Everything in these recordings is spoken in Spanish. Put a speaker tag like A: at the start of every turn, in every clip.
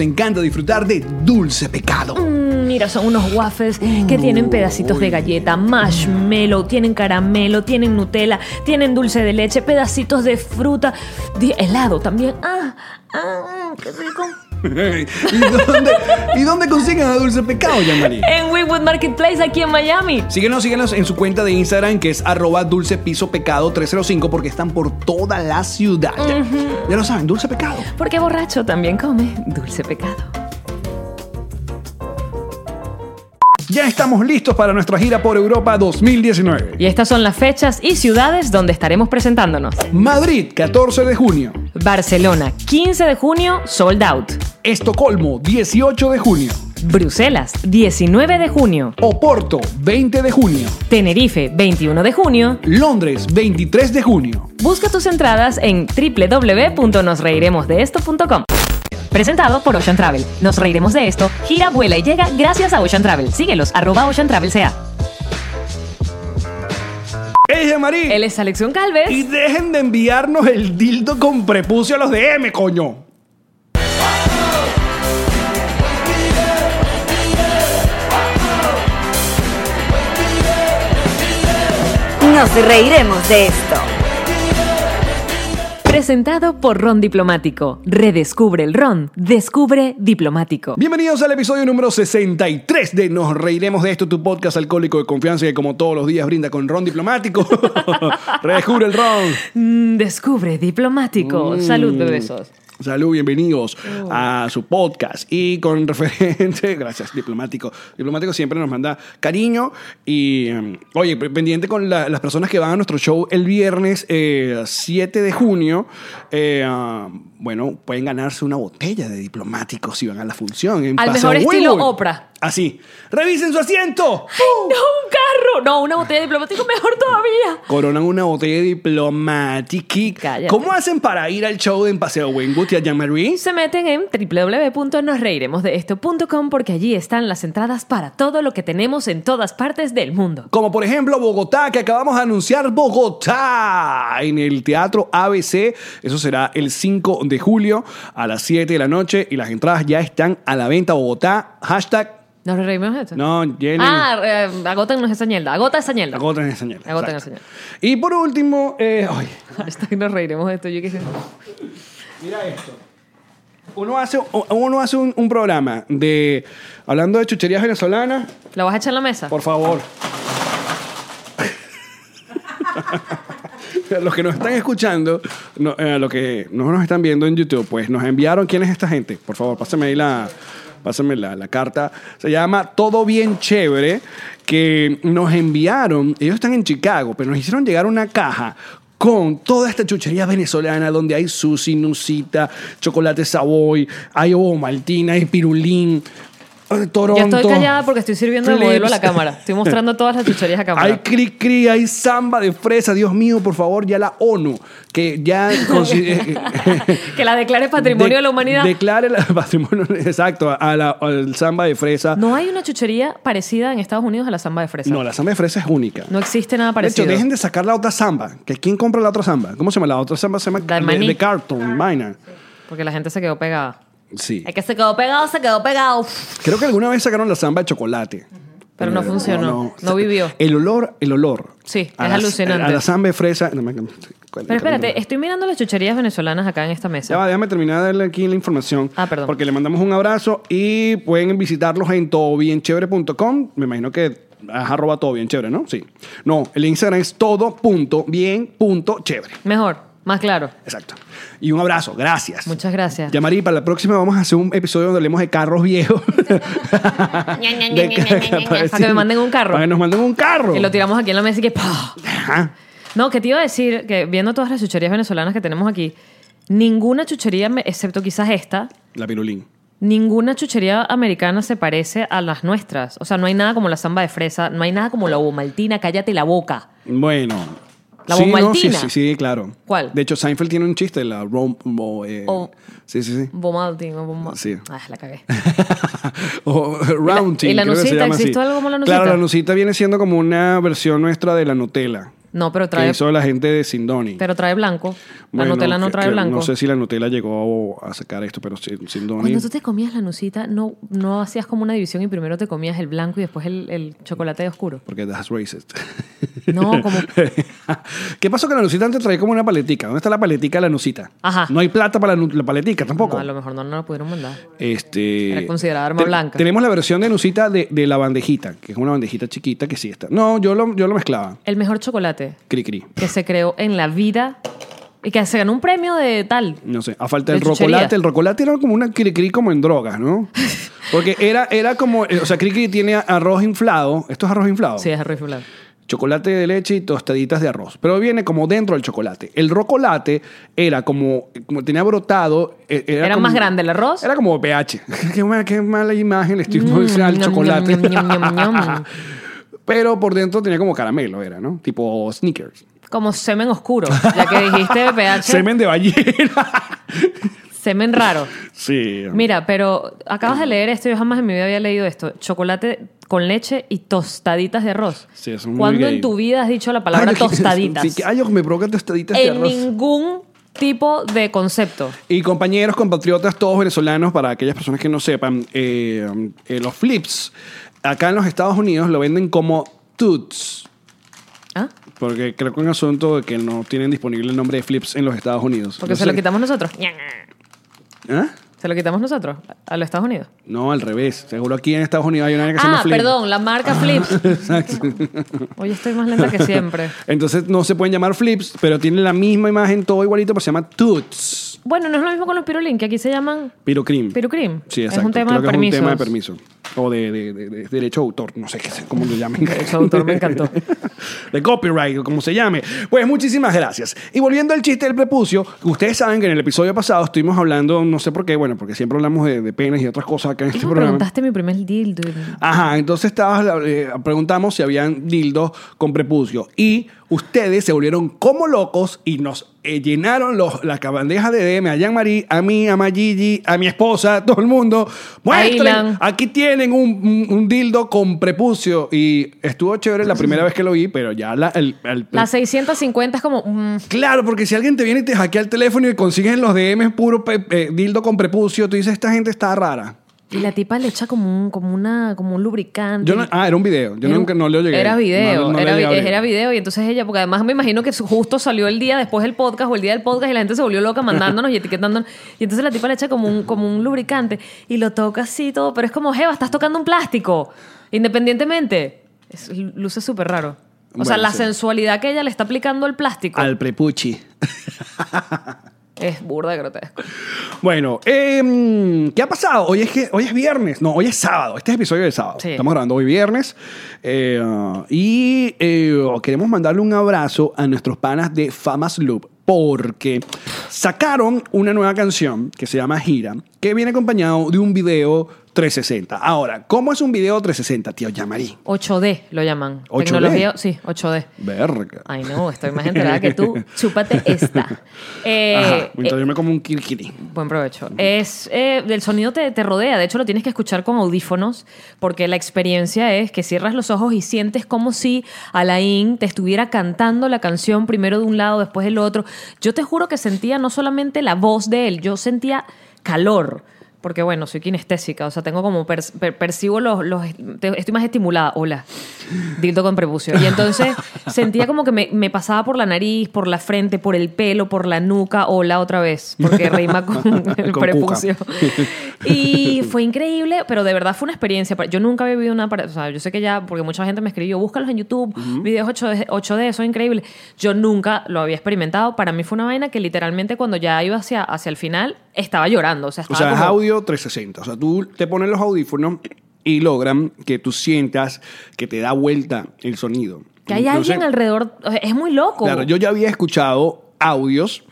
A: encanta disfrutar de Dulce Pecado.
B: Mm, Mira, son unos waffles que tienen pedacitos de galleta, marshmallow, tienen caramelo, tienen Nutella, tienen dulce de leche, pedacitos de fruta, di- helado también. ¡Ah! ¡Ah! ¡Qué rico!
A: ¿Y, dónde, ¿Y dónde consiguen a Dulce Pecado, Jean-Marie?
B: En Wingwood Marketplace aquí en Miami.
A: Síguenos, síguenos en su cuenta de Instagram que es arroba dulce piso pecado 305 porque están por toda la ciudad. Ya lo saben, dulce pecado.
B: Porque borracho también come dulce pecado.
A: Ya estamos listos para nuestra gira por Europa 2019.
B: Y estas son las fechas y ciudades donde estaremos presentándonos.
A: Madrid, 14 de junio.
B: Barcelona, 15 de junio, sold out.
A: Estocolmo, 18 de junio.
B: Bruselas, 19 de junio.
A: Oporto, 20 de junio.
B: Tenerife, 21 de junio.
A: Londres, 23 de junio.
B: Busca tus entradas en www.nosreiremosdeesto.com. Presentado por Ocean Travel. Nos reiremos de esto. Gira, vuela y llega gracias a Ocean Travel. Síguelos, arroba Ocean Travel sea.
A: ¡Ey, Jean-Marie!
B: Él es Alexión
A: Y
B: Calves.
A: dejen de enviarnos el dildo con prepucio a los DM, coño.
C: Nos reiremos de esto.
B: Presentado por Ron Diplomático. Redescubre el Ron. Descubre Diplomático.
A: Bienvenidos al episodio número 63 de Nos Reiremos de esto, tu podcast alcohólico de confianza que como todos los días brinda con ron diplomático. Redescubre el ron.
B: Mm, descubre Diplomático. Salud, bebesos.
A: Salud, bienvenidos a su podcast. Y con referente, gracias, diplomático. Diplomático siempre nos manda cariño. Y em, oye, pe- pendiente con la- las personas que van a nuestro show el viernes eh, 7 de junio. eh, ah, bueno, pueden ganarse una botella de diplomático si van a la función. en
B: Al
A: Paseo
B: mejor estilo
A: Wynwood.
B: Oprah.
A: Así. ¡Revisen su asiento!
B: No, un carro. No, una botella de diplomático mejor todavía.
A: Coronan una botella de diplomática.
B: Cállate.
A: ¿Cómo hacen para ir al show en Paseo Wingwood y a Jean-Marie?
B: Se meten en www.nosreiremosdeesto.com porque allí están las entradas para todo lo que tenemos en todas partes del mundo.
A: Como por ejemplo Bogotá, que acabamos de anunciar Bogotá en el Teatro ABC. Eso será el 5 de julio a las 7 de la noche y las entradas ya están a la venta Bogotá. Hashtag
B: ¿Nos reímos de esto?
A: no, llenen.
B: Ah, eh, agótennos esa ñelda. Agota esa ñelda.
A: Agoten esa señal.
B: Agoten
A: Exacto.
B: esa
A: Y por último, eh, ay,
B: Hashtag nos reiremos de esto. Yo qué sé.
A: mira esto. Uno hace, uno hace un, un programa de hablando de chucherías venezolanas.
B: ¿Lo vas a echar en la mesa?
A: Por favor. los que nos están escuchando, no, eh, los que no nos están viendo en YouTube, pues nos enviaron quién es esta gente. Por favor, pásame ahí la, pásame la, la carta. Se llama Todo Bien Chévere, que nos enviaron, ellos están en Chicago, pero nos hicieron llegar una caja con toda esta chuchería venezolana donde hay sushi, nusita, chocolate saboy, hay ovo maltina, hay pirulín, eh,
B: Yo
A: Toronto.
B: estoy callada porque estoy sirviendo de
A: Clips.
B: modelo a la cámara. Estoy mostrando todas las chucherías a cámara.
A: Hay cri cri, hay samba de fresa, Dios mío, por favor, ya la ONU, que ya consi- eh,
B: que la declare patrimonio de, la humanidad.
A: Declare el patrimonio, exacto, a la- al samba de fresa. No,
B: No hay una chuchería parecida en Estados Unidos a la samba de fresa. No,
A: la samba de fresa es única.
B: existe nada
A: de hecho,
B: parecido.
A: dejen de sacar la otra samba. ¿Que ¿Quién compra la otra samba? ¿Cómo se llama? La otra samba se llama
B: La de
A: de,
B: maní.
A: de cartón, vaina.
B: Porque la gente se quedó pegada.
A: Sí.
B: Es que se quedó pegado, se quedó pegado.
A: Creo que alguna vez sacaron la samba de chocolate.
B: Pero no funcionó, no vivió.
A: El olor, el olor.
B: Sí,
A: A
B: es
A: la-
B: alucinante.
A: A la samba de fresa.
B: Pero espérate, estoy mirando las chucherías venezolanas acá en esta mesa.
A: Ya va, déjame terminar de darle aquí la información.
B: Ah, perdón.
A: Porque le mandamos un abrazo y pueden visitarlos en todobienchévere.com. Me imagino que es arroba todo bien chévere, ¿no? Sí. No, el Instagram es todo.bien.chévere.
B: Mejor, más claro.
A: Exacto. Y un abrazo, gracias.
B: Muchas gracias.
A: Ya, Mari, para la próxima vamos a hacer un episodio donde hablemos de carros viejos.
B: Para que me manden un carro.
A: Para que nos manden un carro.
B: Y lo tiramos aquí en la mesa y que ¡pah!
A: Ajá.
B: No, que te iba a decir que viendo todas las chucherías venezolanas que tenemos aquí, ninguna chuchería, me- excepto quizás esta,
A: La pirulín.
B: ninguna chuchería americana se parece a las nuestras. O sea, no hay nada como la samba de fresa, no hay nada como la bomaltina, cállate la boca.
A: Bueno.
B: La
A: sí, no, sí,
B: Bomaltina.
A: sí, sí, claro.
B: ¿Cuál?
A: De hecho, Seinfeld tiene un chiste, la rom... o, eh,
B: O- Mm.
A: Sí, sí, sí.
B: Bomaltina, bomaltina.
A: Sí.
B: Ah, la cagué.
A: o rounding.
B: y la
A: creo que se
B: nucita,
A: llama así.
B: ¿existe algo como la
A: Claro,
B: nucita?
A: la nucita viene siendo como una versión nuestra de la Nutella.
B: No, pero
A: que
B: trae,
A: hizo la gente de Sindoni.
B: pero trae blanco. La
A: Bueno,
B: Nutella no
A: que-
B: trae
A: que
B: blanco.
A: No sé si la Nutella llegó a sacar esto, pero sí, Sindoni...
B: Cuando tú te comías la nucita, no, no hacías como una división y primero te comías el blanco y después el, el chocolate oscuro.
A: Porque that's racist.
B: No, como-
A: ¿Qué pasó con la nucita antes traía como una paletica? ¿Dónde está la paletica de la nucita?
B: Ajá.
A: No hay plata para la, nu- la paletica tampoco.
B: No, a lo mejor no, no la pudieron mandar.
A: Este,
B: Era considerada arma
A: te-
B: blanca.
A: Tenemos la versión de Nusita de, de la bandejita, que es una bandejita chiquita que sí está. No, yo lo, yo lo mezclaba.
B: El mejor chocolate
A: Cri cri.
B: que se creó en la vida y que se ganó un premio de tal.
A: No sé, a falta
B: De
A: del rocolate.
B: chuchería.
A: El rocolate era como una cri cri como en drogas, ¿no? Porque era, era como, eh, o sea, cri cri tiene arroz inflado. Esto es arroz inflado.
B: Sí, es arroz blanco.
A: Chocolate de leche y tostaditas de arroz. Pero viene como dentro del chocolate. El rocolate era como, como tenía brotado. eh, Era,
B: Era
A: como-
B: más grande el arroz.
A: Era como pH. qué, ma- qué mala imagen le estoy
B: Mm,
A: poniendo al
B: ñam,
A: chocolate.
B: ñam, ñam, ñam, ñam, ñam.
A: Pero por dentro tenía como caramelo, era, ¿no? Tipo sneakers.
B: Como semen oscuro, ya que dijiste de pH. Semen,
A: Semen de ballena.
B: raro.
A: sí.
B: Mira, pero acabas de leer esto, yo jamás en mi vida había leído esto. Chocolate con leche y tostaditas de arroz.
A: Sí, es muy
B: ¿Cuándo
A: gay.
B: en tu vida has dicho la
A: Ay,
B: palabra
A: yo-
B: tostaditas?
A: Sí, que- ay, yo me provoca tostaditas de
B: en
A: Este arroz.
B: ningún tipo de concepto.
A: Y compañeros, compatriotas, todos venezolanos, para aquellas personas que no sepan, eh, eh, los flips acá en los Estados Unidos lo venden como toots.
B: ¿Ah?
A: Porque creo que es un asunto de que no tienen disponible el nombre de flips en los Estados Unidos.
B: Porque
A: No
B: se lo
A: sé.
B: quitamos nosotros.
A: ¿Ah?
B: Se lo quitamos nosotros a los Estados Unidos.
A: No, al revés. Seguro aquí en Estados Unidos hay una que se
B: Ah,
A: llama flip.
B: perdón, la marca Flips. Hoy estoy más lenta que siempre.
A: Entonces no se pueden llamar flips, pero tienen la misma imagen, todo igualito, pero se llama toots.
B: Bueno, no es lo mismo con los pirulín, que aquí se llaman
A: Pirocrim.
B: pirucrim.
A: Sí, exacto.
B: Es un tema
A: Creo
B: de
A: que
B: permisos.
A: es un tema de permiso. O de, de- de- de derecho de autor, no sé qué sé, cómo lo llamen.
B: Derecho de autor, me encantó.
A: Este de copyright, o como se llame. Pues muchísimas gracias. Y volviendo al chiste del prepucio, ustedes saben que en el episodio pasado estuvimos hablando, no sé por qué, bueno, porque siempre hablamos de, de penes y otras cosas acá en
B: ¿Qué
A: este
B: me
A: programa.
B: preguntaste mi primer dildo?
A: Ajá, entonces estabas, eh, preguntamos si habían dildos con prepucio. Y ustedes se volvieron como locos y nos eh, llenaron los, la bandeja de DM a Jean-Marie, a mí, a Mayigi, a mi esposa, a todo el mundo. Muestren,
B: Ilan.
A: aquí tienen un, un- un dildo con prepucio. Y estuvo chévere la primera vez que lo vi, pero ya la, el, el-
B: Las 650 es como... mm,
A: Claro, porque si alguien te viene y te hackea el teléfono y consigues en los DMs puro pe- eh, dildo con prepucio, tú dices, esta gente está rara.
B: y la tipa le echa como un, como una, como un lubricante.
A: Yo no- ah, era un video. Yo
B: Era-
A: nunca no lo llegué.
B: Era video,
A: No- no le
B: era,
A: llegué a
B: vi-
A: abrir.
B: era video. Y entonces ella, porque además me imagino que su- justo salió el día después del podcast o el día del podcast y la gente se volvió loca mandándonos y etiquetándonos. Y entonces la tipa le echa como un, como un lubricante y lo toca así y todo. Pero es como, Jeva, estás tocando un plástico. Independientemente. Es- luce súper raro. O sea,
A: Bueno,
B: la
A: sí.
B: sensualidad que ella le está aplicando al plástico
A: Al prepuchi.
B: es burda de grotesco.
A: Bueno, em, ¿qué ha pasado? Hoy es, que, hoy es viernes. No, hoy es sábado. Este es episodio de sábado.
B: Sí.
A: Estamos grabando hoy viernes. Eh, ah, y eh, queremos mandarle un abrazo a nuestros panas de Famas Loop. Porque sacaron una nueva canción que se llama Gira, que viene acompañado de un video 360. Ahora, ¿cómo es un video 360, tío Yamari?
B: 8D lo llaman.
A: 8D.
B: Tecnología, sí, 8D.
A: Verga.
B: Ay, no, estoy más enterada que tú. Chúpate esta. Eh,
A: Ajá.
B: eh,
A: Entonces yo me como un kirkiri.
B: Buen provecho. Es, eh, el sonido te, te rodea, de hecho lo tienes que escuchar con audífonos, porque la experiencia es que cierras los ojos y sientes como si Alain te estuviera cantando la canción primero de un lado, después del otro. Yo te juro que sentía no solamente la voz de él, yo sentía calor. Porque bueno, soy kinestésica, o sea, tengo como per- per- percibo los, los te- estoy más estimulada, hola. Dildo con prepucio. Y entonces sentía como que me, me pasaba por la nariz, por la frente, por el pelo, por la nuca, hola otra vez, porque rima con el
A: Con
B: prepucio. Y fue increíble, pero de verdad fue una experiencia. Yo nunca había vivido una... pare- O sea, yo sé que ya, porque mucha gente me escribió, búscalos en YouTube, videos 8D, 8D, son increíbles. Yo nunca lo había experimentado. Para mí fue una vaina que literalmente cuando ya iba hacia, hacia el final, estaba llorando. O sea,
A: O
B: estaba
A: sea, es
B: como-
A: audio 360. O sea, tú te pones los audífonos y logran que tú sientas que te da vuelta el sonido.
B: Que hay
A: No
B: alguien
A: sé.
B: alrededor. Es muy loco.
A: Claro, yo ya había escuchado audios,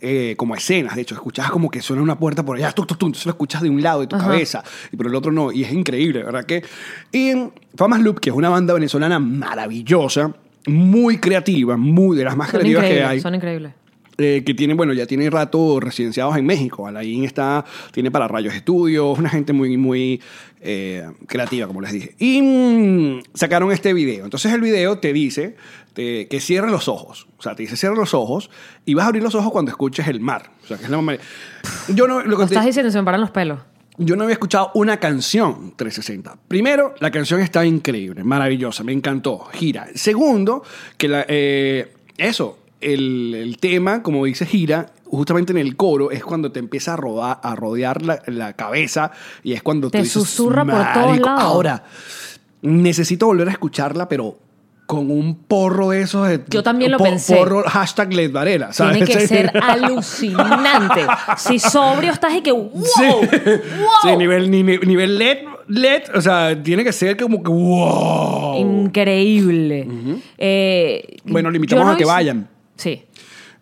A: eh, como escenas, de hecho, escuchabas como que suena una puerta por allá, tú, tú, tú, entonces lo escuchas de un lado de tu
B: Ajá.
A: cabeza, y pero el otro no, y es increíble, ¿verdad? Que, y en Famas Loop, que es una banda venezolana maravillosa, muy creativa, muy de las más
B: son
A: creativas que
B: increíbles.
A: hay.
B: Son increíbles.
A: eh, que tienen, bueno, ya tiene rato residenciados en México. Alain está, tiene para Rayos Estudios, una gente muy, muy eh, creativa, como les dije. Y mm, sacaron este video. Entonces el video te dice te- que cierres los ojos. O sea, te dice cierra los ojos y vas a abrir los ojos cuando escuches el mar. O sea, que es la mamá. Yo no, lo
B: Lo
A: conté-
B: estás diciendo, se me paran los pelos.
A: yo no había escuchado una canción 360. Primero, la canción está increíble, maravillosa, me encantó, gira. Segundo, que la, eh, eso, el, el tema, como dice gira, justamente en el coro es cuando te empieza a, roda- a rodear la, la cabeza y es cuando tú
B: Te
A: dices,
B: susurra por todos
A: "Marico,
B: lados".
A: Ahora, necesito volver a escucharla, pero con un porro de esos. de-
B: Yo también lo
A: po-
B: pensé.
A: Porro, hashtag Led Varela, ¿sabes?
B: Tiene que
A: Sí.
B: ser alucinante. Si sobrio estás y que wow,
A: Sí. Sí,
B: wow.
A: nivel, ni- ni- nivel LED, LED, o sea, tiene que ser como que wow.
B: Increíble. Eh,
A: Bueno, le invitamos
B: yo
A: a que
B: hice-
A: vayan.
B: Sí.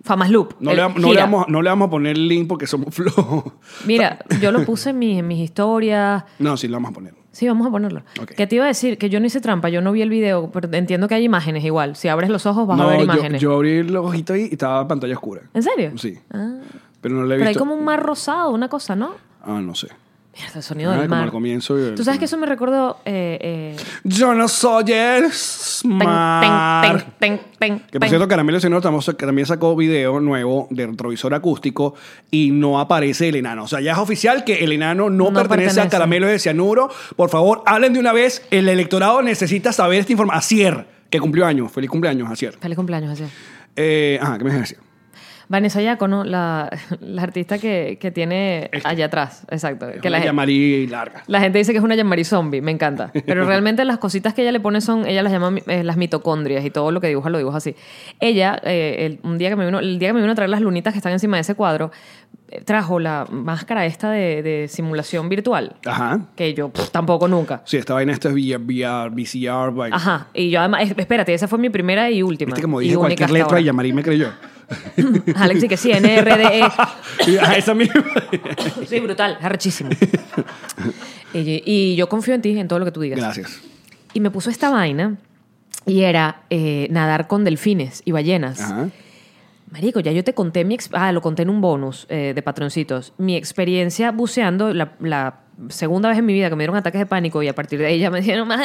B: Famas Loop. Eh,
A: No,
B: El-
A: le, vamos- no, le
B: gira.
A: vamos, no le vamos a poner el link porque somos flojos.
B: Mira, yo lo puse en, mis- en mis historias.
A: No, sí, lo vamos a poner.
B: Sí, vamos a ponerlo.
A: Ok.
B: Que te iba a decir que yo no hice trampa, yo no vi el video, pero entiendo que hay imágenes igual. Si abres los ojos vas
A: no,
B: a ver
A: yo-
B: imágenes.
A: Yo, abrí los ojitos y y estaba pantalla oscura.
B: ¿En serio?
A: Sí.
B: Ah.
A: Pero no le he
B: Pero hay
A: visto.
B: como un mar rosado, una cosa, ¿no?
A: Ah, no sé.
B: Mierda, el sonido
A: Ah,
B: del
A: como
B: mar.
A: al comienzo y el-
B: Tú sabes que eso me recordó... eh, eh,
A: Yo no soy el
B: ten,
A: smart.
B: ten, ten, ten,
A: Que por
B: ten.
A: cierto, Caramelo Señor también sacó video nuevo de retrovisor acústico y no aparece el enano. O sea, ya es oficial que el enano no,
B: No
A: pertenece, a
B: pertenece.
A: Caramelo de Cianuro. Por favor, hablen de una vez. El electorado necesita saber esta información. Acier, que cumplió años. Feliz cumpleaños, Acier.
B: Feliz cumpleaños, José.
A: Eh, ajá, ¿qué me vas a decir?
B: Vanessa Yacono, la, la artista que, que tiene allá atrás. Exacto.
A: Es
B: que
A: una
B: la, gente,
A: llamarí larga.
B: la gente dice que es una Yamari zombie, me encanta. Pero realmente las cositas que ella le pone son, ella las llama eh, las mitocondrias y todo lo que dibuja lo dibuja así. Ella, eh, el, un día que me vino, el día que me vino a traer las lunitas que están encima de ese cuadro, eh, trajo la máscara esta de, de simulación virtual,
A: Ajá.
B: que yo pff, tampoco nunca.
A: Sí, esta vaina esto es VR, VR, VCR. vaina.
B: Ajá, y yo además, es- espérate, esa fue mi primera y última.
A: Viste como
B: y
A: dije
B: única
A: cualquier
B: hasta
A: letra
B: ahora.
A: y llamarí me creyó.
B: Alex, y que sí, NRDE.
A: Y a esa misma.
B: Sí, brutal, E. arrechísimo. y, y yo confío en ti, en todo lo que tú digas.
A: Gracias.
B: Y me puso esta vaina y era eh, nadar con delfines y ballenas.
A: Ajá.
B: Marico, ya yo te conté mi... ex- Ah, lo conté en un bonus eh, de patroncitos. Mi experiencia buceando, la, la segunda vez en mi vida que me dieron ataques de pánico y a partir de ahí ya me dijeron... "Ah",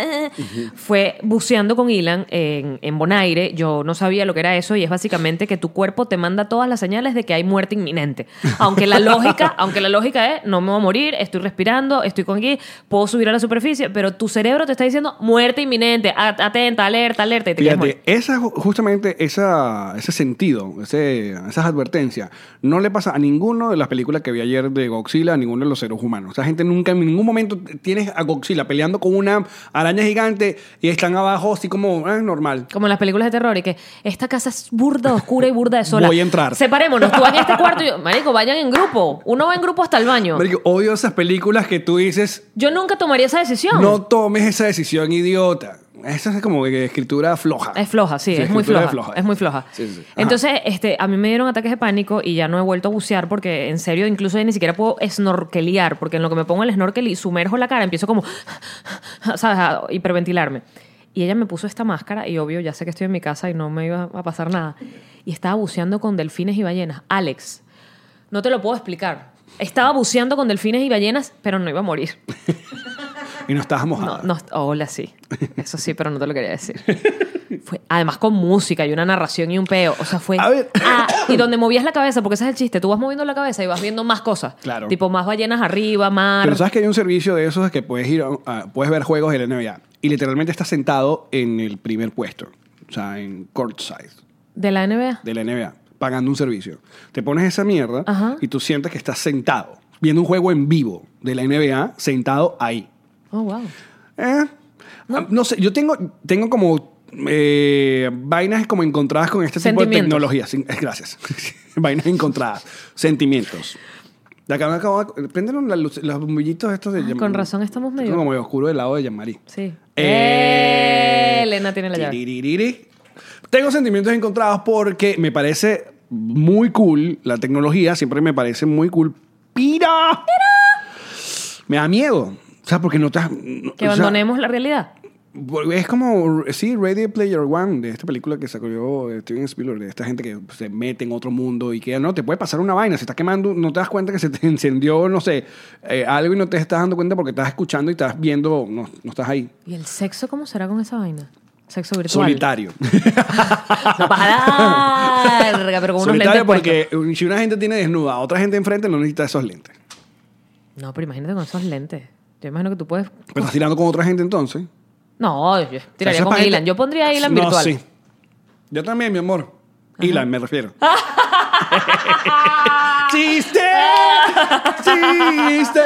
B: Fue buceando con Ilan en, en Bonaire. Yo no sabía lo que era eso y es básicamente que tu cuerpo te manda todas las señales de que hay muerte inminente. Aunque la lógica, aunque la lógica es, no me voy a morir, estoy respirando, estoy con aquí, puedo subir a la superficie, pero tu cerebro te está diciendo muerte inminente, at- atenta, alerta, alerta y te quieres morir.
A: Fíjate, esa, ju- justamente esa, ese sentido, ese- esas advertencias, no le pasa a ninguno de las películas que vi ayer de Godzilla, a ninguno de los seres humanos. Esa gente nunca, en ningún momento t- tienes a Godzilla peleando con una araña gigante y están abajo así como, ah, normal.
B: Como en las películas de terror y que esta casa es burda, oscura y burda de sola.
A: Voy a entrar.
B: Separémonos, tú vas en este cuarto y yo, marico, vayan en grupo. Uno va en grupo hasta el baño.
A: Marico, odio esas películas que tú dices,
B: Yo nunca tomaría esa decisión.
A: no tomes esa decisión idiota. Esa es como que escritura floja.
B: Es floja, sí,
A: Sí,
B: es muy
A: escritura
B: floja,
A: de floja.
B: Es muy floja.
A: Sí, sí, sí. Ajá.
B: Entonces, este, a mí me dieron ataques de pánico y ya no he vuelto a bucear porque, en serio, incluso ya ni siquiera puedo snorkelear, porque en lo que me pongo el snorkel y sumerjo la cara, empiezo como, ¿sabes?, a hiperventilarme. Y ella me puso esta máscara y, obvio, ya sé que estoy en mi casa y no me iba a pasar nada. Y estaba buceando con delfines y ballenas. Alex, no te lo puedo explicar. Estaba buceando con delfines y ballenas, pero no iba a morir.
A: Y no estás
B: No,
A: mojada.
B: no, hola, sí. Eso sí, pero no te lo quería decir. Fue, además con música y una narración y un peo. O sea, fue...
A: A ver.
B: Ah, y donde movías la cabeza, porque ese es el chiste. Tú vas moviendo la cabeza y vas viendo más cosas.
A: Claro.
B: Tipo, más ballenas arriba, mar...
A: Pero sabes que hay un servicio de esos que puedes ir a- a- puedes ver juegos de la NBA y literalmente estás sentado en el primer puesto, o sea, en courtside
B: De la NBA.
A: de la NBA, pagando un servicio. Te pones esa mierda
B: Ajá.
A: y tú sientes que estás sentado viendo un juego en vivo de la NBA sentado ahí.
B: Oh, wow.
A: ¿Eh? No. no sé, yo tengo, tengo como eh, vainas como encontradas con este tipo de
B: Sentimientos.
A: tecnología. Sin- eh, Gracias. vainas encontradas. Sentimientos. La cámara acaba, prendieron la luz- los bombillitos estos de
B: Ah,
A: Yam-
B: con razón estamos medio-
A: Como medio oscuro del lado de Yamari.
B: Sí.
A: Eh,
B: Elena tiene la llave.
A: Tiririri. Tengo sentimientos encontrados porque me parece muy cool la tecnología, siempre me parece muy cool. ¡Pira! Me da miedo. O sea, porque no te... has- no-
B: Que
A: o sea,
B: abandonemos la realidad.
A: es como, sí, Ready Player One, de esta película que sacó eh, Steven Spielberg, de esta gente que se mete en otro mundo y que no, te puede pasar una vaina, se está quemando, no te das cuenta que se te encendió, no sé, eh, algo y no te estás dando cuenta porque estás escuchando y estás viendo, no, no estás ahí.
B: ¿Y el sexo cómo será con esa vaina? Sexo virtual.
A: Solitario.
B: Una paja larga, pero con unos lentes
A: Solitario
B: porque...
A: porque si una gente tiene desnuda a otra gente enfrente, no necesita esos lentes.
B: No, pero imagínate con esos lentes. Yo imagino que tú puedes...
A: Pero estás tirando con otra gente entonces.
B: No, yo
A: O sea, eso
B: tiraría
A: es
B: con
A: para
B: Ilan.
A: gente-
B: Yo pondría a Ilan
A: No,
B: virtual.
A: sí. Yo también, mi amor. Ilan, me refiero. ¡Chiste! ¡Chiste!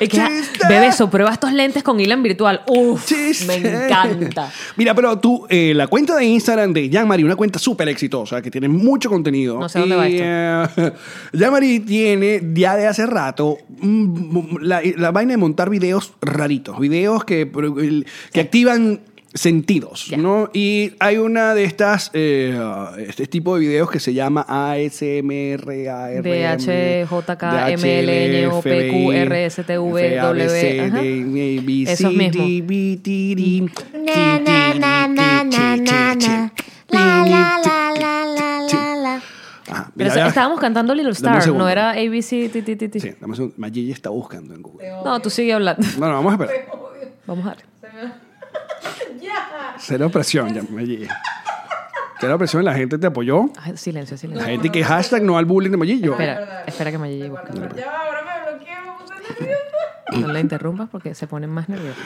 B: Y que, ah,
A: ¡Chiste!
B: bebé, so, prueba estos lentes con Ilan virtual. Uf,
A: ¡Chiste!
B: me encanta.
A: Mira, pero tú, eh, la cuenta de Instagram de Yanmari, una cuenta súper exitosa, que tiene mucho contenido.
B: No sé dónde va
A: esto. Yanmari tiene, ya de hace rato, mm, la, la vaina de montar videos raritos, videos que, pro- el- que activan sentidos,
B: Ya.
A: ¿no? Y hay una de estas, eh, este tipo de videos que se llama ASMR, ARM,
B: DHJKMLNOPQRSTV, ajá. Esos mismos.
D: Na na na na na na na. La la la la la la la.
A: Ajá,
B: Pero
A: mira, ya-
B: estábamos cantando Little
A: Dame un
B: Star,
A: segundo.
B: no era ABC. Ti, ti, ti, ti.
A: Sí, dame un segundo. Mayilla está buscando en Google.
B: No, tú sigue hablando.
A: Bueno, vamos a esperar.
B: Vamos a ver.
A: Cero presión, ya, Mayilla. Cero presión, la gente te apoyó.
B: Ay, silencio, silencio.
A: La gente que hashtag no al bullying de Mayillo.
B: Espera, espera que Maya llegue. No la interrumpas porque se ponen más nerviosos.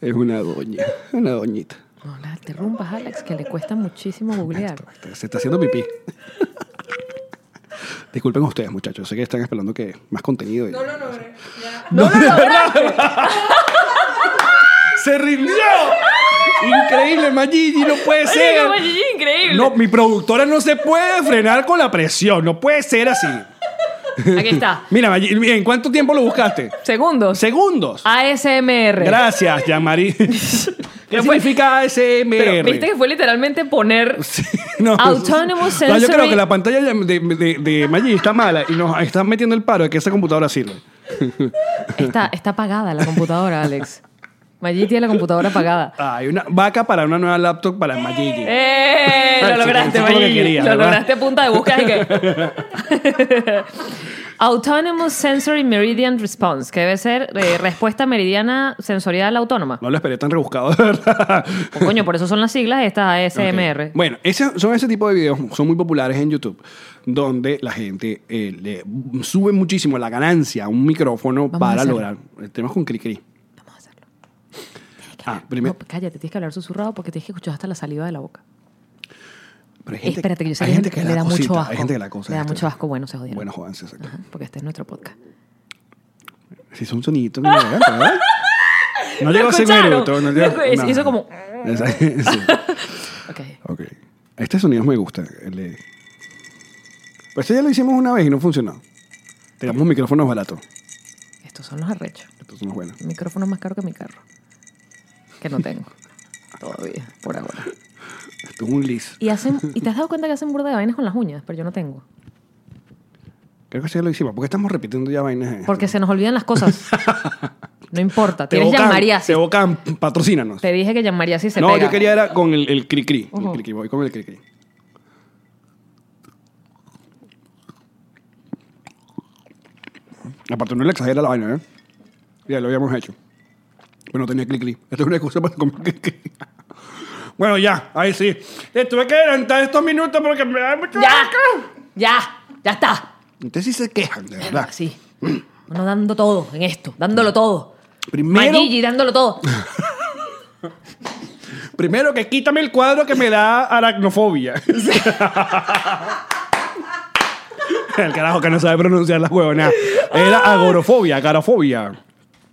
A: Es una doña, una doñita.
B: No la interrumpas, Alex, que le cuesta muchísimo googlear.
A: Se está haciendo pipí. Disculpen ustedes, muchachos. Sé que están esperando que más contenido. y-
B: ¡No lo lograste!
A: ¡Se rindió! Increíble, Mayilli, no puede
B: Marico,
A: ser.
B: Maya llegue, increíble!
A: No, mi productora no se puede frenar con la presión. No puede ser así.
B: Aquí está.
A: Mira, Mayilli, ¿en cuánto tiempo lo buscaste?
B: Segundos.
A: Segundos.
B: ASMR.
A: Gracias, Yamari. ¿Qué
B: Pero fue-
A: significa ASMR?
B: Pero viste que fue literalmente poner
A: Sí, no.
B: Autonomous
A: No, yo creo
B: sensory-
A: que la pantalla de, de, de- de Maggi está mala y nos están metiendo el paro de que esa computadora sirve.
B: Está, está apagada la computadora, Alex. Maggi tiene la computadora apagada.
A: Hay una vaca para una nueva laptop para Maggi.
B: ¡Eh! Lo
A: Sí,
B: lograste,
A: eso es lo que
B: Maggi.
A: quería,
B: Lo
A: ¿verdad?
B: lograste a punta de búsqueda y que. Autonomous Sensory Meridian Response, que debe ser eh, respuesta meridiana sensorial autónoma.
A: No lo esperé tan rebuscado, de verdad.
B: Oh, coño, por eso son las siglas estas ASMR.
A: Ok. Bueno, ese- son ese tipo de videos, son muy populares en YouTube, donde la gente eh, le sube muchísimo la ganancia a un micrófono
B: Vamos a
A: para
B: hacerlo.
A: lograr. eh, Tenemos con Cricri.
B: Vamos a hacerlo.
A: Ah, primero.
B: No, cállate, tienes que hablar susurrado porque tienes que escuchar hasta la saliva de la boca.
A: Pero hay gente,
B: Espérate, que yo sé
A: hay
B: que
A: gente
B: gente
A: que
B: le da mucho
A: cosita,
B: asco.
A: Hay gente que la cosa.
B: Le da
A: esto.
B: mucho asco, bueno, se jodieron.
A: Bueno, jodanse, exacto.
B: Ajá, porque este es nuestro podcast.
A: Se hizo un sonidito en mi garganta, ¿verdad? No
B: ¿Lo
A: llegó a ser
B: escucharon?
A: minutos. No
B: Lo
A: llegó,
B: escu-
A: no.
B: hizo como-
A: Exacto, sí.
B: Ok.
A: Ok. Este sonido me gusta. el de- Pues este ya lo hicimos una vez y no funcionó. Teníamos micrófonos baratos.
B: Estos son los arrechos.
A: Estos son los buenos.
B: El micrófono es más caro que mi carro. Que no tengo. Todavía, por ahora.
A: Esto es un lis.
B: Y, hacen, y te has dado cuenta que hacen burda de vainas con las uñas, pero yo no tengo.
A: Creo que sí lo hicimos. porque estamos repitiendo ya vainas? en esto?
B: Porque se nos olvidan las cosas. No importa. Tienes
A: Tebocan,
B: llamariasis.
A: Tebocan, patrocínanos.
B: Te dije que llamariasis se
A: no,
B: pega.
A: yo quería era con el, el cri-cri. El
B: Ujú.
A: cri-cri, Voy con el cri-cri. Aparte, no le exagera la vaina, ¿eh? Ya lo habíamos hecho. Pero no tenía cri-cri. Esto es una excusa para comer cri-cri. Bueno, ya, ahí sí. Le tuve que adelantar estos minutos porque me da mucho
B: ¡Ya!
A: asco.
B: ¡Ya! ¡Ya está!
A: Ustedes sí se quejan, de verdad.
B: Así. Uno dando todo en esto. Dándolo todo.
A: Primero,
B: Magigi dándolo todo.
A: primero que quítame el cuadro que me da aracnofobia. el carajo que no sabe pronunciar las huevonas. Era agorofobia, carofobia.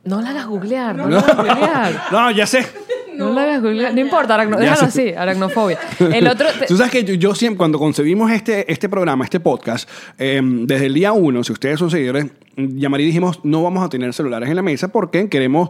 B: No la hagas googlear. No, la hagas googlear.
A: No, ya sé.
B: No, lo hagas googlear. No importa, aracno-
A: Ya
B: déjalo
A: sé.
B: así, aracnofobia. El otro. te-
A: Tú sabes que yo, yo siempre, cuando concebimos este, este programa, este podcast, eh, desde el día uno, si ustedes son seguidores, Yamari dijimos, no vamos a tener celulares en la mesa porque queremos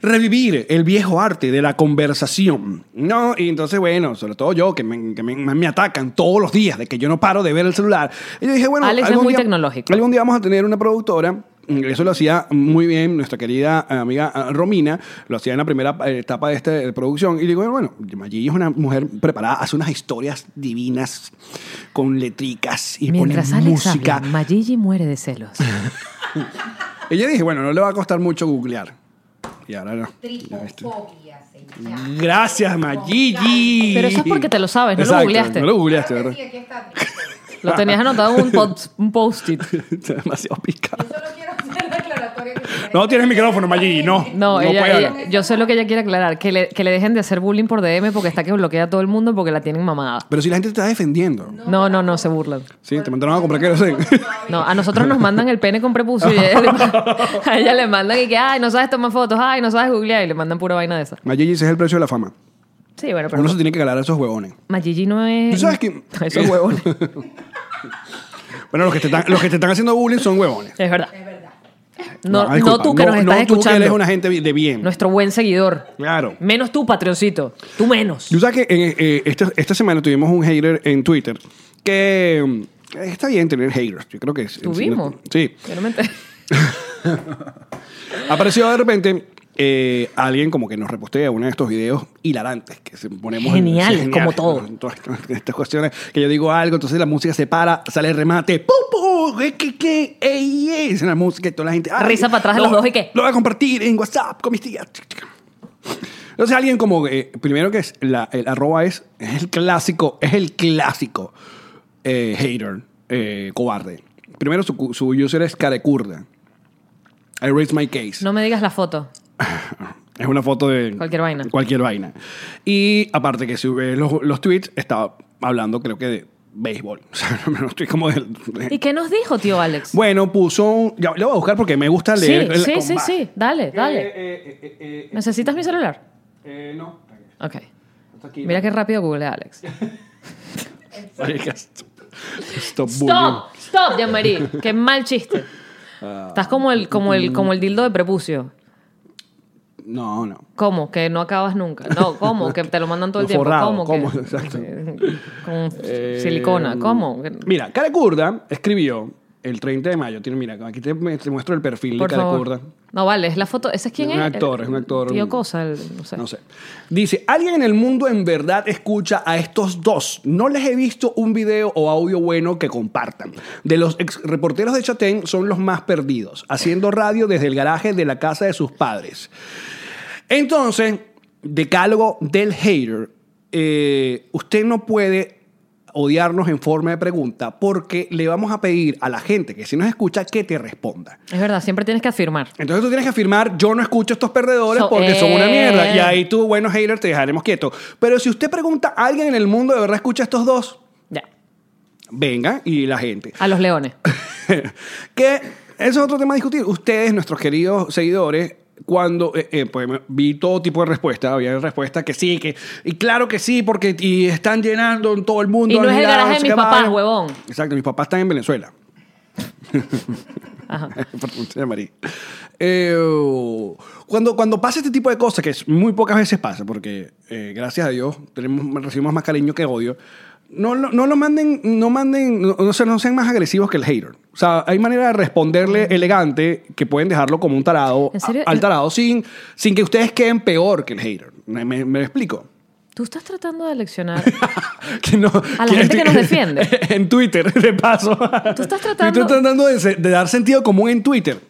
A: revivir el viejo arte de la conversación. No, y entonces, bueno, sobre todo yo, que me, que me- me atacan todos los días de que yo no paro de ver el celular. Y yo dije, bueno,
B: Alex es
A: algún
B: muy
A: día-
B: tecnológico.
A: algún día vamos a tener una productora. mm, Eso lo hacía muy bien nuestra querida amiga ah, Romina, lo hacía en la primera eh, etapa de esta eh, producción. Y digo, bueno, Maggie es una mujer preparada, hace unas historias divinas con letricas y
B: Mientras
A: pone
B: Alex
A: música.
B: habla, Mayigi muere de celos.
A: Y yo dije, bueno, no le va a costar mucho googlear. Y ahora no. Ya viste. Gracias, Magigi.
B: Pero eso es porque te lo sabes, no lo
A: Exacto,
B: googleaste.
A: No lo googleaste, ¿verdad?
B: Lo tenías anotado en un, pod- un post-it.
A: Está demasiado picado. No tienes micrófono, Magigi, no.
B: No, ella,
A: puede
B: ella-
A: hablar.
B: yo sé lo que ella quiere aclarar, que le, que le dejen de hacer bullying por DM porque está que bloquea a todo el mundo porque la tienen mamada.
A: Pero si la gente te está defendiendo.
B: No, no, no, se burlan.
A: Sí, te mandaron a comprar kerosene.
B: No, a nosotros nos mandan el pene con prepucio y a ella, le, a ella le mandan y que, ay, no sabes tomar fotos, ay, no sabes googlear y le mandan pura vaina de esa.
A: Mayigi, ese es el precio de la fama.
B: Sí, bueno, pero
A: Uno se tiene que ganar a esos huevones.
B: Mayigi no es...
A: Tú sabes que-
B: Esos huevones.
A: Bueno, los que te están, los que te están haciendo bullying son huevones. Ah,
B: Es verdad. No, no,
A: disculpa,
B: tú que nos estás
A: No tú que
B: escuchando.
A: eres una gente de bien.
B: Nuestro buen seguidor.
A: Claro.
B: Menos tú, patrioncito. Tú menos.
A: Tú sabes que eh, eh, esta, esta semana tuvimos un hater en Twitter que... mm, Está bien tener haters, yo creo que es.
B: Tuvimos.
A: Sí.
B: Yo no me enteré.
A: Apareció de repente eh, alguien como que nos repostea uno de estos videos hilarantes que se ponemos en-
B: Geniales,
A: sí,
B: como todo.
A: en todas estas- estas cuestiones que yo digo algo, entonces la música se para, sale el remate, ¡pum, pum! ¡Eh, qué, qué! ¡Ey, ey! Es la música y toda la gente. ¡ay!
B: Risa para atrás de
A: Lo-
B: los dos, ¿y qué?
A: Lo voy a compartir en WhatsApp con mis tías. Entonces alguien como, eh, primero que es, la, el arroba es, es el clásico, es el clásico eh, hater, eh, cobarde. Primero su, su user es carecurda. I raise my case.
B: No me digas la foto.
A: Es una foto de...
B: Cualquier vaina.
A: Cualquier vaina. Y aparte que si ves los, los tweets, estaba hablando creo que de béisbol. O sea, no estoy como del...
B: ¿Y qué nos dijo, tío Alex?
A: Eh. Bueno, puso un... ya, lo voy a buscar porque me gusta
B: sí,
A: leer. el-
B: sí,
A: con
B: sí,
A: base.
B: sí. Dale, dale.
A: Eh, eh, eh, eh,
B: ¿Necesitas mi celular?
A: eh, no.
B: Ok.
A: Está aquí.
B: Mira qué rápido Google Alex.
A: Marica, stop. Stop bullying.
B: ¡Stop! ¡Stop, Jean-Marie! ¡Qué mal chiste!
A: Ah.
B: Estás como el, como, el, como el dildo de prepucio.
A: No, no.
B: ¿Cómo? Que no acabas nunca. No, ¿cómo? Que te lo mandan todo el
A: Lo
B: tiempo.
A: forrado,
B: ¿Cómo?
A: ¿cómo?
B: Que-
A: Exacto.
B: Con silicona.
A: Eh,
B: ¿Cómo?
A: Mira, Care Kurda escribió el 30 de mayo. Tiene, mira, aquí te, te muestro el perfil
B: Por
A: de Care
B: favor.
A: Kurda.
B: No, vale, es la foto. ¿Ese es quién
A: Un
B: es?
A: actor,
B: El-
A: es un actor.
B: Tío Cosa, el- no sé.
A: No sé. Dice, ¿alguien en el mundo en verdad escucha a estos dos? No les he visto un video o audio bueno que compartan. De los ex reporteros de Chatén son los más perdidos, haciendo radio desde el garaje de la casa de sus padres. Entonces, decálogo del hater, eh, usted no puede odiarnos en forma de pregunta porque le vamos a pedir a la gente que si nos escucha que te responda.
B: Es verdad, siempre tienes que afirmar.
A: Entonces tú tienes que afirmar, yo no escucho a estos perdedores
B: So-
A: porque son una
B: eh.
A: mierda. Y ahí tú, bueno, hater, te dejaremos quieto. Pero si usted pregunta a alguien en el mundo, ¿de verdad escucha a estos dos?
B: Ya.
A: Venga, y la gente.
B: A los leones.
A: que eso es otro tema a discutir. Ustedes, nuestros queridos seguidores, cuando eh, eh, pues, me- vi todo tipo de respuestas, había respuestas que sí, que y claro que sí, porque y están llenando en todo el mundo.
B: Y no
A: han
B: es el
A: llegado,
B: garaje de
A: sé
B: mis
A: qué
B: papás,
A: vaina.
B: huevón.
A: Exacto, mis papás están en Venezuela.
B: Ajá.
A: Perdón, señora María. Eh, cuando, cuando pasa este tipo de cosas, que es muy pocas veces pasa, porque eh, gracias a Dios tenemos, recibimos más cariño que odio, no, lo- no lo manden, no manden, no, no sean- no sean más agresivos que el hater. O sea, hay manera de responderle elegante que pueden dejarlo como un tarado,
B: ¿En serio?
A: a- al tarado, sin, sin que ustedes queden peor que el hater. ¿Me, me- me explico?
B: Tú estás tratando de leccionar.
A: Que no-
B: A la gente que nos defiende.
A: en Twitter, de paso.
B: Tú estás tratando-
A: Yo estoy tratando de, se- de dar sentido común en Twitter.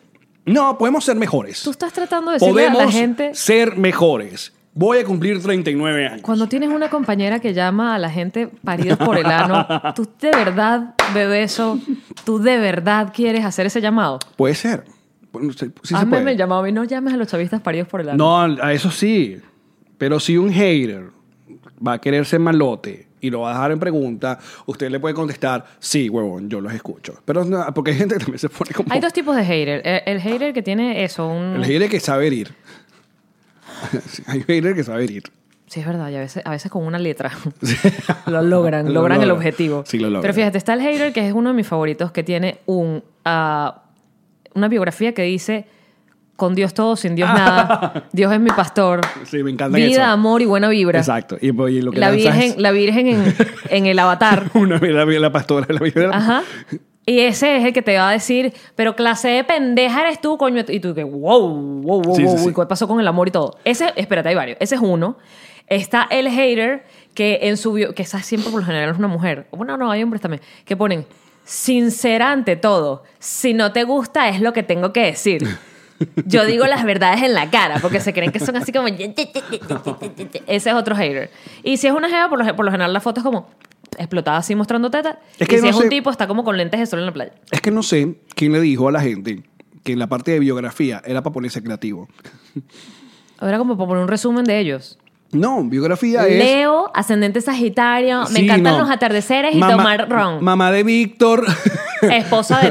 A: No, podemos ser mejores.
B: Tú estás tratando de decirle a la
A: podemos
B: gente.
A: ser mejores. Voy a cumplir 39 años.
B: Cuando tienes una compañera que llama a la gente paridos por el ano, ¿tú de verdad, bebeso, tú de verdad quieres hacer ese llamado?
A: Puede ser. Bueno, se- sí se
B: Hazme
A: puede.
B: el llamado y no llames a los chavistas paridos por el ano.
A: No, a eso sí. Pero si un hater va a querer ser malote y lo va a dejar en pregunta, usted le puede contestar, sí, huevón, yo los escucho. Pero no, porque hay gente que también se pone como...
B: Hay dos tipos de hater. El, el hater que tiene eso, un...
A: El hater que sabe herir. Hay haters que sabe herir.
B: Sí, es verdad, y a veces, a veces con una letra lo logran,
A: Lo
B: logran el
A: logran.
B: objetivo.
A: Sí, lo logran.
B: Pero fíjate, está el hater, que es uno de mis favoritos, que tiene un, ah, una biografía que dice, con Dios todo, sin Dios nada, Dios es mi pastor,
A: Ah. Sí, me encanta
B: vida,
A: eso.
B: amor y buena vibra.
A: Exacto. Y, pues, y lo que
B: La
A: lanzas
B: virgen,
A: es-
B: la virgen en, en el avatar.
A: Una la, la pastora, la virgen.
B: Ajá. Y ese es el que te va a decir, pero clase de pendeja eres tú, coño. Y tú que, wow, wow, wow,
A: Sí, sí,
B: wow.
A: sí.
B: ¿Y ¿Qué pasó con el amor y todo? Ese, espérate, hay varios. Ese es uno. Está el hater que en su bio, que esa siempre por lo general es una mujer. Bueno, no, hay hombres también. Que ponen, sincera ante todo. Si no te gusta, es lo que tengo que decir. Yo digo las verdades en la cara, porque se creen que son así como... Ese es otro hater. Y si es una jeva, por lo, por lo general la foto es como explotada así mostrando teta.
A: Es que
B: y si
A: no
B: es un
A: sé-
B: tipo, está como con lentes de sol en la playa.
A: Es que no sé quién le dijo a la gente que en la parte de biografía era para ponerse creativo.
B: Ahora como para poner un resumen de ellos.
A: No, biografía es...
B: Leo, ascendente sagitario, me
A: Sí,
B: encantan
A: no.
B: los atardeceres y
A: Mamá-
B: tomar ron.
A: Mamá de Víctor.
B: Esposa de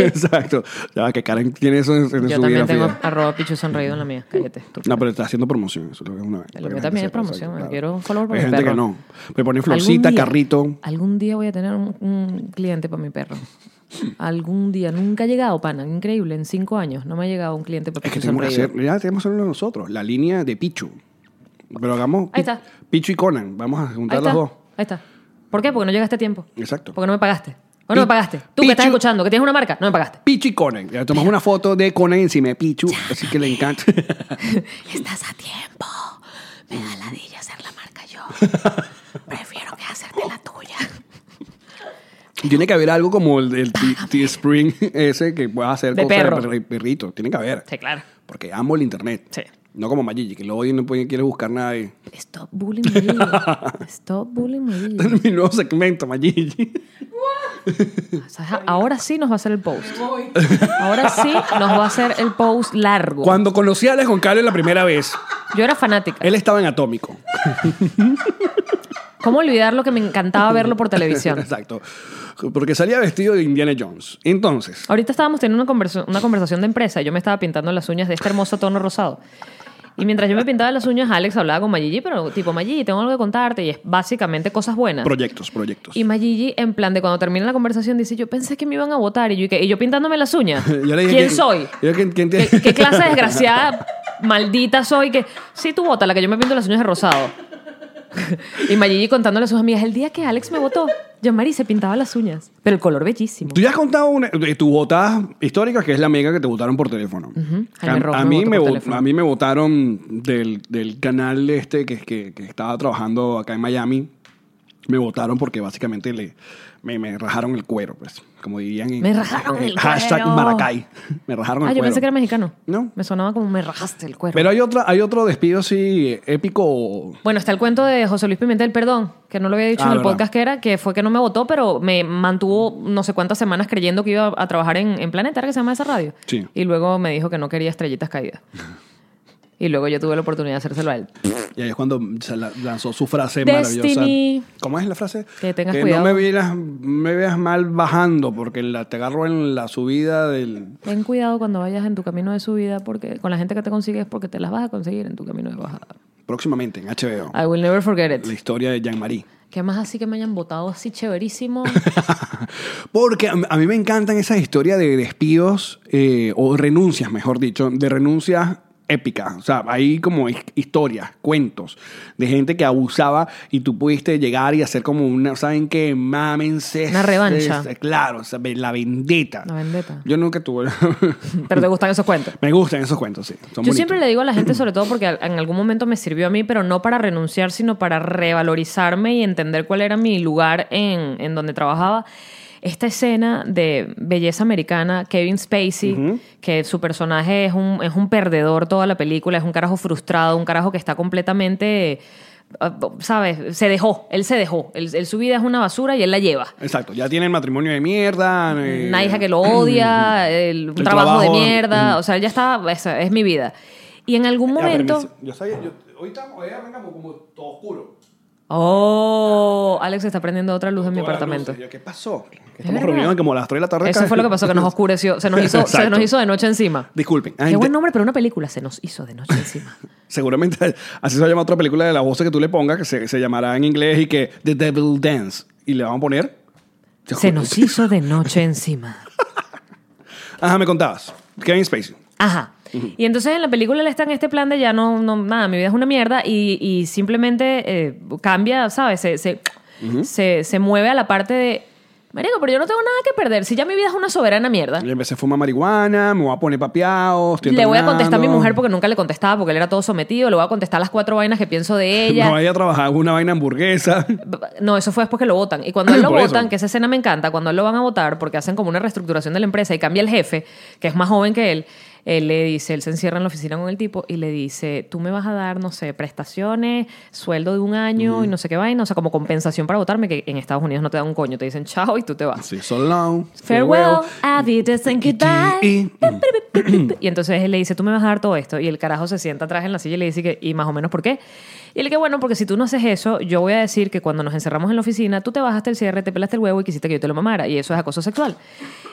A: Exacto. Ya va, que Karen tiene eso en, en
B: Yo
A: su biografía.
B: también tengo arroba pichu sonreído en la mía. Cállate. estúpida.
A: No, pero está haciendo promoción. Eso es lo que es una
B: Lo mío también es promoción,
A: Exacto,
B: yo quiero un follower para
A: Hay
B: mi
A: gente
B: perro.
A: que no. Me ponen
B: Algún
A: florcita,
B: día-
A: carrito.
B: Algún día voy a tener un, un cliente para mi perro. Algún día. Nunca ha llegado, pana. Increíble. En cinco años no me ha llegado un cliente para
A: Es que
B: Pichu
A: tenemos que
B: Sonreído.
A: hacer, ya tenemos que hacerlo nosotros, la línea de Pichu. Pero hagamos
B: Ahí está.
A: Pichu y Conan, vamos a
B: Ahí
A: juntar
B: está.
A: las dos.
B: Ahí está. ¿Por qué? Porque no llegaste a tiempo.
A: Exacto.
B: Porque no me pagaste. ¿O no me
A: Pi-
B: pagaste? Tú que estás
A: Pichu-
B: escuchando, que tienes una marca, no me pagaste.
A: Pichu y Conan. Ya tomamos una foto de Conan encima de Pichu, así que le encanta.
B: Estás a tiempo. Me da ladilla hacer la marca yo. Prefiero que hacerte la tuya.
A: Tiene que haber algo como el, el T- T-Spring ese que puedas hacer
B: De
A: cosas
B: perro.
A: perri- perrito. Tiene que haber.
B: Sí, claro.
A: Porque amo el internet.
B: Sí.
A: No como Mayigi, que lo odio y no puede- quiere buscar nada ahí.
B: Stop bullying me. Stop bullying me.
A: Mi nuevo segmento, Mayigi.
B: O sea, ahora sí nos va a hacer el post. Ahora sí nos va a hacer el post largo.
A: Cuando conocí a Alex Goncalves la primera vez,
B: Yo era fanática.
A: él estaba en Atómico.
B: ¿Cómo olvidar lo que me encantaba verlo por televisión?
A: Exacto. Porque salía vestido de Indiana Jones. Entonces,
B: Ahorita estábamos teniendo una, conversa- una conversación de empresa y yo me estaba pintando las uñas de este hermoso tono rosado. Y mientras yo me pintaba las uñas, Alex hablaba con Mayigi, pero tipo, Mayigi, tengo algo que contarte y es básicamente cosas buenas.
A: proyectos, proyectos.
B: Ah. Y Mayigi, en plan de cuando termina la conversación, dice, yo pensé que me iban a votar y yo, ¿y qué? ¿Y yo pintándome las uñas.
A: Yo le dije,
B: ¿Quién
A: "¿Quién-
B: soy?
A: yo quién- quién te-
B: ¿Qué, qué clase de desgraciada maldita soy? Que sí, tú vota, la que yo me pinto las uñas de rosado. y Mayigi contándole a sus amigas, el día que Alex me votó, yo Mari se pintaba las uñas, pero el color bellísimo.
A: Tú ya has contado una de tus votadas históricas, que es la mega que te votaron por teléfono.
B: Jaime Ross
A: a, a
B: me
A: mí
B: votó
A: me
B: por
A: vo-
B: teléfono.
A: a mí me votaron del, del canal este que, que, que estaba trabajando acá en Miami. Me votaron porque básicamente le, me, me rajaron el cuero, pues. Como dirían en,
B: Me rajaron el
A: hashtag
B: cuero.
A: Maracay. Me rajaron el
B: Ah, yo
A: cuero.
B: pensé que era mexicano.
A: No.
B: Me sonaba como me rajaste el cuerpo.
A: Pero hay, otra, hay otro despido así épico.
B: Bueno, está el cuento de José Luis Pimentel, perdón, que no lo había dicho
A: Ah,
B: en el
A: verdad.
B: podcast que era, que fue que no me votó, pero me mantuvo no sé cuántas semanas creyendo que iba a trabajar en, en Planeta, ¿era que se llama esa radio.
A: Sí.
B: Y luego me dijo que no quería estrellitas caídas. y luego yo tuve la oportunidad de hacérselo a él.
A: Y ahí es cuando se la- lanzó su frase
B: Destiny.
A: maravillosa. ¿Cómo es la frase?
B: Que tengas
A: no
B: cuidado.
A: me veas, me veas mal bajando porque la, te agarro en la subida del...
B: Ten cuidado cuando vayas en tu camino de subida, porque con la gente que te consigues, porque te las vas a conseguir en tu camino de bajada.
A: Próximamente en HBO.
B: I will never forget it.
A: La historia de Jean-Marie.
B: ¿Qué más así que me hayan votado así chéverísimo?
A: Porque a, a mí me encantan esas historias de despidos eh, o renuncias, mejor dicho, de renuncias épicas. O sea, hay como his- historias, cuentos de gente que abusaba y tú pudiste llegar y hacer como una, ¿saben qué? Mámense.
B: Una revancha.
A: Es- Claro, o sea, ve- la vendetta.
B: La vendetta.
A: Yo nunca tuve.
B: pero te gustan esos cuentos.
A: me gustan esos cuentos, sí. Son
B: Yo
A: bonitos.
B: siempre le digo a la gente, sobre todo porque al- en algún momento me sirvió a mí, pero no para renunciar, sino para revalorizarme y entender cuál era mi lugar en, en donde trabajaba. Esta escena de belleza americana, Kevin Spacey, que su personaje es un, es un perdedor toda la película, es un carajo frustrado, un carajo que está completamente, ah, ¿sabes? Se dejó, él se dejó. Él, él su vida es una basura y él la lleva.
A: Exacto, ya tienen matrimonio de mierda. eh,
B: Una hija Mm, que lo odia, el, un
A: El
B: trabajo, de
A: trabajo,
B: mierda, o sea, ya está, esa es mi vida. Y en algún
A: Ya,
B: momento...
A: permiso. Yo sabía, yo, hoy estamos, hoy arrancamos como todo oscuro.
B: Oh, Alex está prendiendo otra luz en mi
A: Todas las
B: apartamento.
A: luces. Yo, ¿Qué pasó? Que
B: verdad.
A: Estamos reunidos como a las 3 de la tarde.
B: Eso
A: cada-
B: fue lo que pasó, que nos oscureció. Se nos hizo, se
A: Exacto.
B: nos hizo de noche encima.
A: Disculpen. Ah,
B: Qué
A: inte-
B: buen nombre para una película. Se nos hizo de noche encima.
A: Seguramente así se va a llamar otra película de la voz que tú le pongas, que se, se llamará en inglés y que The Devil Dance. Y le vamos a poner.
B: Se nos hizo de noche encima.
A: Ajá, me contabas. Kevin Spacey.
B: Ajá. Y entonces en la película le está en este plan de ya no, no nada, mi vida es una mierda y, y simplemente eh, cambia, ¿sabes? Se, se, se, se mueve a la parte de, marico, pero yo no tengo nada que perder. Si ya mi vida es una soberana mierda,
A: Yo empecé a fumar marihuana, me voy a poner papeado. estoy
B: le voy a contestar a mi
A: entrenando.
B: mujer porque nunca le contestaba, porque él era todo sometido, le voy a contestar las cuatro vainas que pienso de ella.
A: Me voy a ir a trabajar en una vaina hamburguesa.
B: No, eso fue después que lo votan. Y cuando a él lo
A: Por eso.
B: votan, que esa escena me encanta, cuando a él lo van a votar, porque hacen como una reestructuración de la empresa y cambia el jefe, que es más joven que él, él le dice, él se encierra en la oficina con el tipo y le dice, tú me vas a dar, no sé, prestaciones, sueldo de un año y no sé qué vaina, o sea, como compensación para votarme, que en Estados Unidos no te dan un coño, te dicen chao y tú te vas.
A: Sí, so long.
B: Farewell, adiós and goodbye.
A: Y- Mm.
B: Y entonces él le dice, tú me vas a dar todo esto. Y el carajo se sienta atrás en la silla y le dice, que, ¿y más o menos por qué? Y él que, bueno, porque si tú no haces eso, yo voy a decir que cuando nos encerramos en la oficina, tú te bajaste el cierre, te pelaste el huevo y quisiste que yo te lo mamara. Y eso es acoso sexual.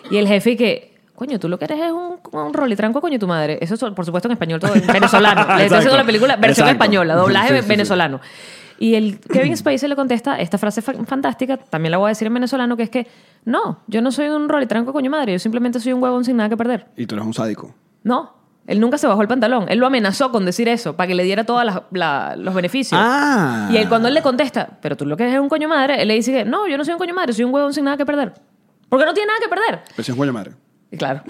B: Y el jefe y que, coño, tú lo que eres es un, un rolitranco, coño, tu madre. Eso es, por supuesto, en español, todo en venezolano. Le estoy haciendo
A: Exacto.
B: la película, versión
A: Exacto.
B: española, doblaje
A: Sí, sí, sí.
B: venezolano. Y el Kevin Spacey le contesta esta frase fa- fantástica, también la voy a decir en venezolano, que es que, no, yo no soy un rolitranco, coño, madre. Yo simplemente soy un huevón sin nada que perder.
A: Y tú eres un sádico.
B: No, él nunca se bajó el pantalón. Él lo amenazó con decir eso para que le diera todos los beneficios.
A: Ah.
B: Y él cuando él le contesta, pero tú lo que eres es un coño madre, él le dice que no, yo no soy un coño madre, soy un huevón sin nada que perder. Porque no tiene nada que perder.
A: Pero si es coño madre.
B: Y claro.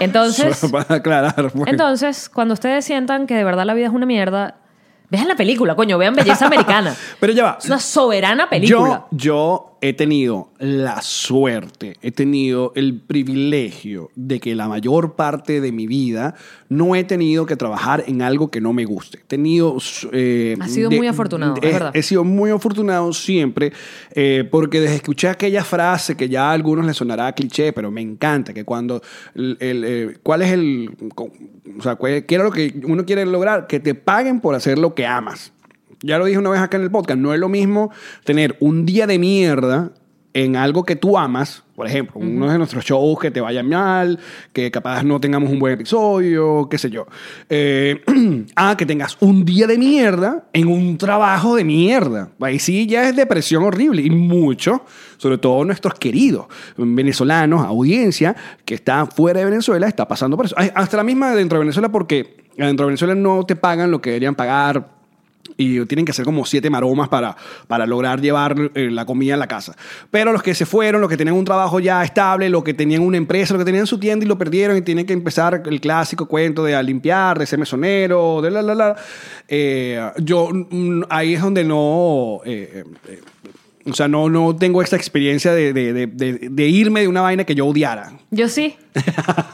B: Entonces,
A: Solo para aclarar. pues.
B: entonces, cuando ustedes sientan que de verdad la vida es una mierda, vean la película, coño, vean Belleza Americana.
A: Pero ya va.
B: Es una soberana película.
A: Yo, yo he tenido la suerte, he tenido el privilegio de que la mayor parte de mi vida no he tenido que trabajar en algo que no me guste. He tenido... eh,
B: Has sido muy afortunado,
A: de- eh,
B: es verdad.
A: He sido muy afortunado siempre eh, porque desde escuché aquella frase que ya a algunos les sonará cliché, pero me encanta, que cuando... el- el, eh, ¿Cuál es el... co- O sea, cuál- ¿qué era lo que uno quiere lograr? Que te paguen por hacer lo que amas. Ya lo dije una vez acá en el podcast, no es lo mismo tener un día de mierda en algo que tú amas, por ejemplo, uno de nuestros shows que te vaya mal, que capaz no tengamos un buen episodio, qué sé yo. Eh, ah, que tengas un día de mierda en un trabajo de mierda. Ahí sí ya es depresión horrible y mucho, sobre todo nuestros queridos venezolanos, audiencia que está fuera de Venezuela, está pasando por eso. Ay, Hasta la misma dentro de Venezuela porque dentro de Venezuela no te pagan lo que deberían pagar y tienen que hacer como siete maromas para, para lograr llevar eh, la comida a la casa. Pero los que se fueron, los que tenían un trabajo ya estable, los que tenían una empresa, los que tenían su tienda y lo perdieron y tienen que empezar el clásico cuento de a limpiar, de ser mesonero, de la, la, la. Eh, yo, mm, ahí es donde no... eh, eh, eh, o sea, no, no tengo esta experiencia de, de- de- de- de irme de una vaina que yo odiara.
B: Yo sí.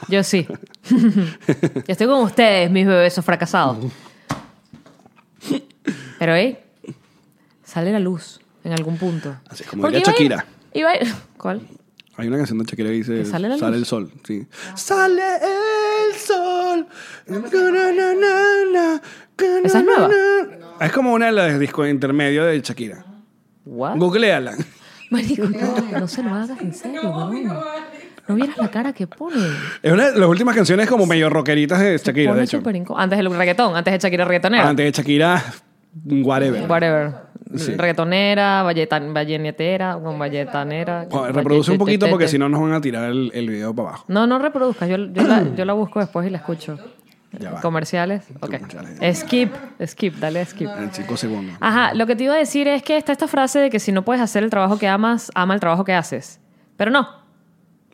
B: Yo sí. Yo estoy con ustedes, mis bebés fracasados. Pero, ¿eh? Sale la luz en algún punto.
A: Así es como
B: Porque
A: diría
B: iba a ir-
A: Shakira.
B: iba a ir- ¿Cuál?
A: Hay una canción de Shakira que dice
B: ¿Que sale la
A: sale
B: luz? Ah.
A: el sol, sí. Sale el sol. Na, na, na, na, na,
B: ¿Esa es
A: na,
B: nueva?
A: na. Es como una de las discos intermedio de Shakira.
B: ¿What?
A: Googleala.
B: Marico, no, no se lo hagas en serio, huevón. No vieras la cara que pone.
A: Es una de las últimas canciones como medio rockeritas de Shakira, de
B: Pone
A: hecho.
B: súper inco- Antes del reggaetón, antes de Shakira reggaetonera.
A: Antes de Shakira, whatever.
B: Whatever.
A: Sí.
B: Reggaetonera, valletan- vallenetera, con valletanera.
A: Joder, Reproduce un poquito porque
B: valletetete.
A: si no nos van a tirar el, el video para abajo.
B: No, no reproduzcas. Yo, yo la, yo la busco después y la escucho.
A: Ya va.
B: Comerciales. Ok.
A: Comerciales.
B: Skip, skip, dale skip.
A: En cinco segundos.
B: Ajá, lo que te iba a decir es que está esta frase de que si no puedes hacer el trabajo que amas, ama el trabajo que haces. Pero no.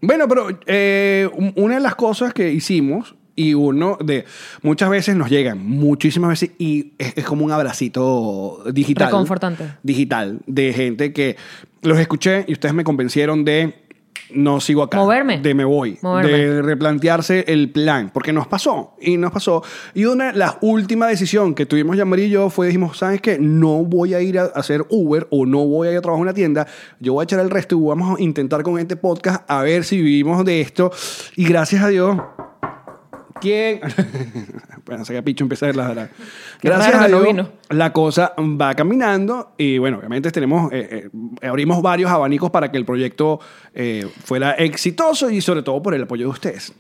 A: Bueno, pero eh, un- una de las cosas que hicimos y uno de muchas veces nos llegan, muchísimas veces, y es, es como un abracito digital.
B: Reconfortante.
A: Digital, de gente que los escuché y ustedes me convencieron de no sigo acá.
B: Moverme.
A: De me voy.
B: Moverme.
A: De replantearse el plan. Porque nos pasó. Y nos pasó. Y una, la última decisión que tuvimos Yamari y yo fue, dijimos, ¿sabes qué? No voy a ir a hacer Uber o no voy a ir a trabajar en una tienda. Yo voy a echar el resto y vamos a intentar con este podcast a ver si vivimos de esto. Y gracias a Dios... ¿Quién? Esperanza Capicho empieza a ladrar.
B: Qué
A: Gracias
B: raro
A: a
B: que no
A: Dios,
B: vino.
A: la cosa va caminando y bueno, obviamente tenemos, eh, eh, abrimos varios abanicos para que el proyecto eh, fuera exitoso y sobre todo por el apoyo de ustedes.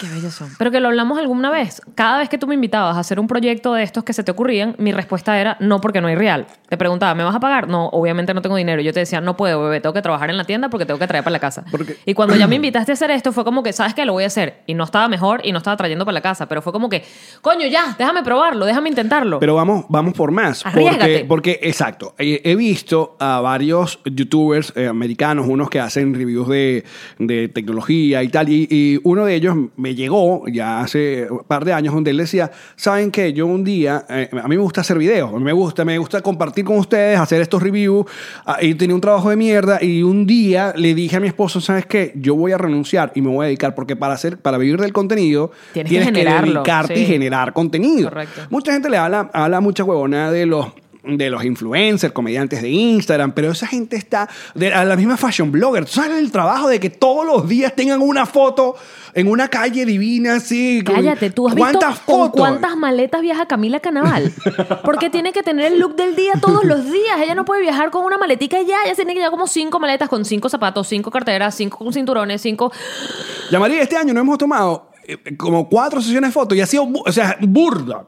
B: Qué bellos son. Pero que lo hablamos alguna vez. Cada vez que tú me invitabas a hacer un proyecto de estos que se te ocurrían, mi respuesta era no porque no hay real. Te preguntaba, ¿me vas a pagar? No, obviamente no tengo dinero. Y Yo te decía, no puedo, bebé, tengo que trabajar en la tienda porque tengo que traer para la casa.
A: Porque-
B: Y cuando ya me invitaste a hacer esto, fue como que, ¿sabes qué? Lo voy a hacer. Y no estaba mejor y no estaba trayendo para la casa. Pero fue como que, coño, ya, déjame probarlo, déjame intentarlo.
A: Pero vamos, vamos por más. Porque,
B: Arriésgate.
A: porque, exacto, eh, he visto a varios youtubers eh, americanos, unos que hacen reviews de, de tecnología y tal, y, y uno de ellos me llegó ya hace un par de años donde él decía, ¿saben qué? Yo un día, eh, a mí me gusta hacer videos, me gusta, me gusta compartir con ustedes, hacer estos reviews, ah, y tenía un trabajo de mierda, y un día le dije a mi esposo, ¿sabes qué? Yo voy a renunciar y me voy a dedicar, porque para, hacer, para vivir del contenido
B: Tienes que generarlo,
A: dedicarte y
B: sí.
A: generar contenido.
B: Correcto.
A: Mucha gente le habla, habla mucha huevonada de los de los influencers, comediantes de Instagram, pero esa gente está de a la misma fashion blogger. ¿Tú sabes el trabajo de que todos los días tengan una foto en una calle divina así? con-
B: Cállate, tú has visto
A: ¿Cuántas
B: con
A: fotos?
B: cuántas maletas viaja Camila Canaval. Porque tiene que tener el look del día todos los días. Ella no puede viajar con una maletica y ya. Ella tiene que llevar como cinco maletas con cinco zapatos, cinco carteras, cinco cinturones, cinco.
A: Ya María, este año nos hemos tomado eh, como cuatro sesiones de fotos y ha sido, bu- o sea, burda.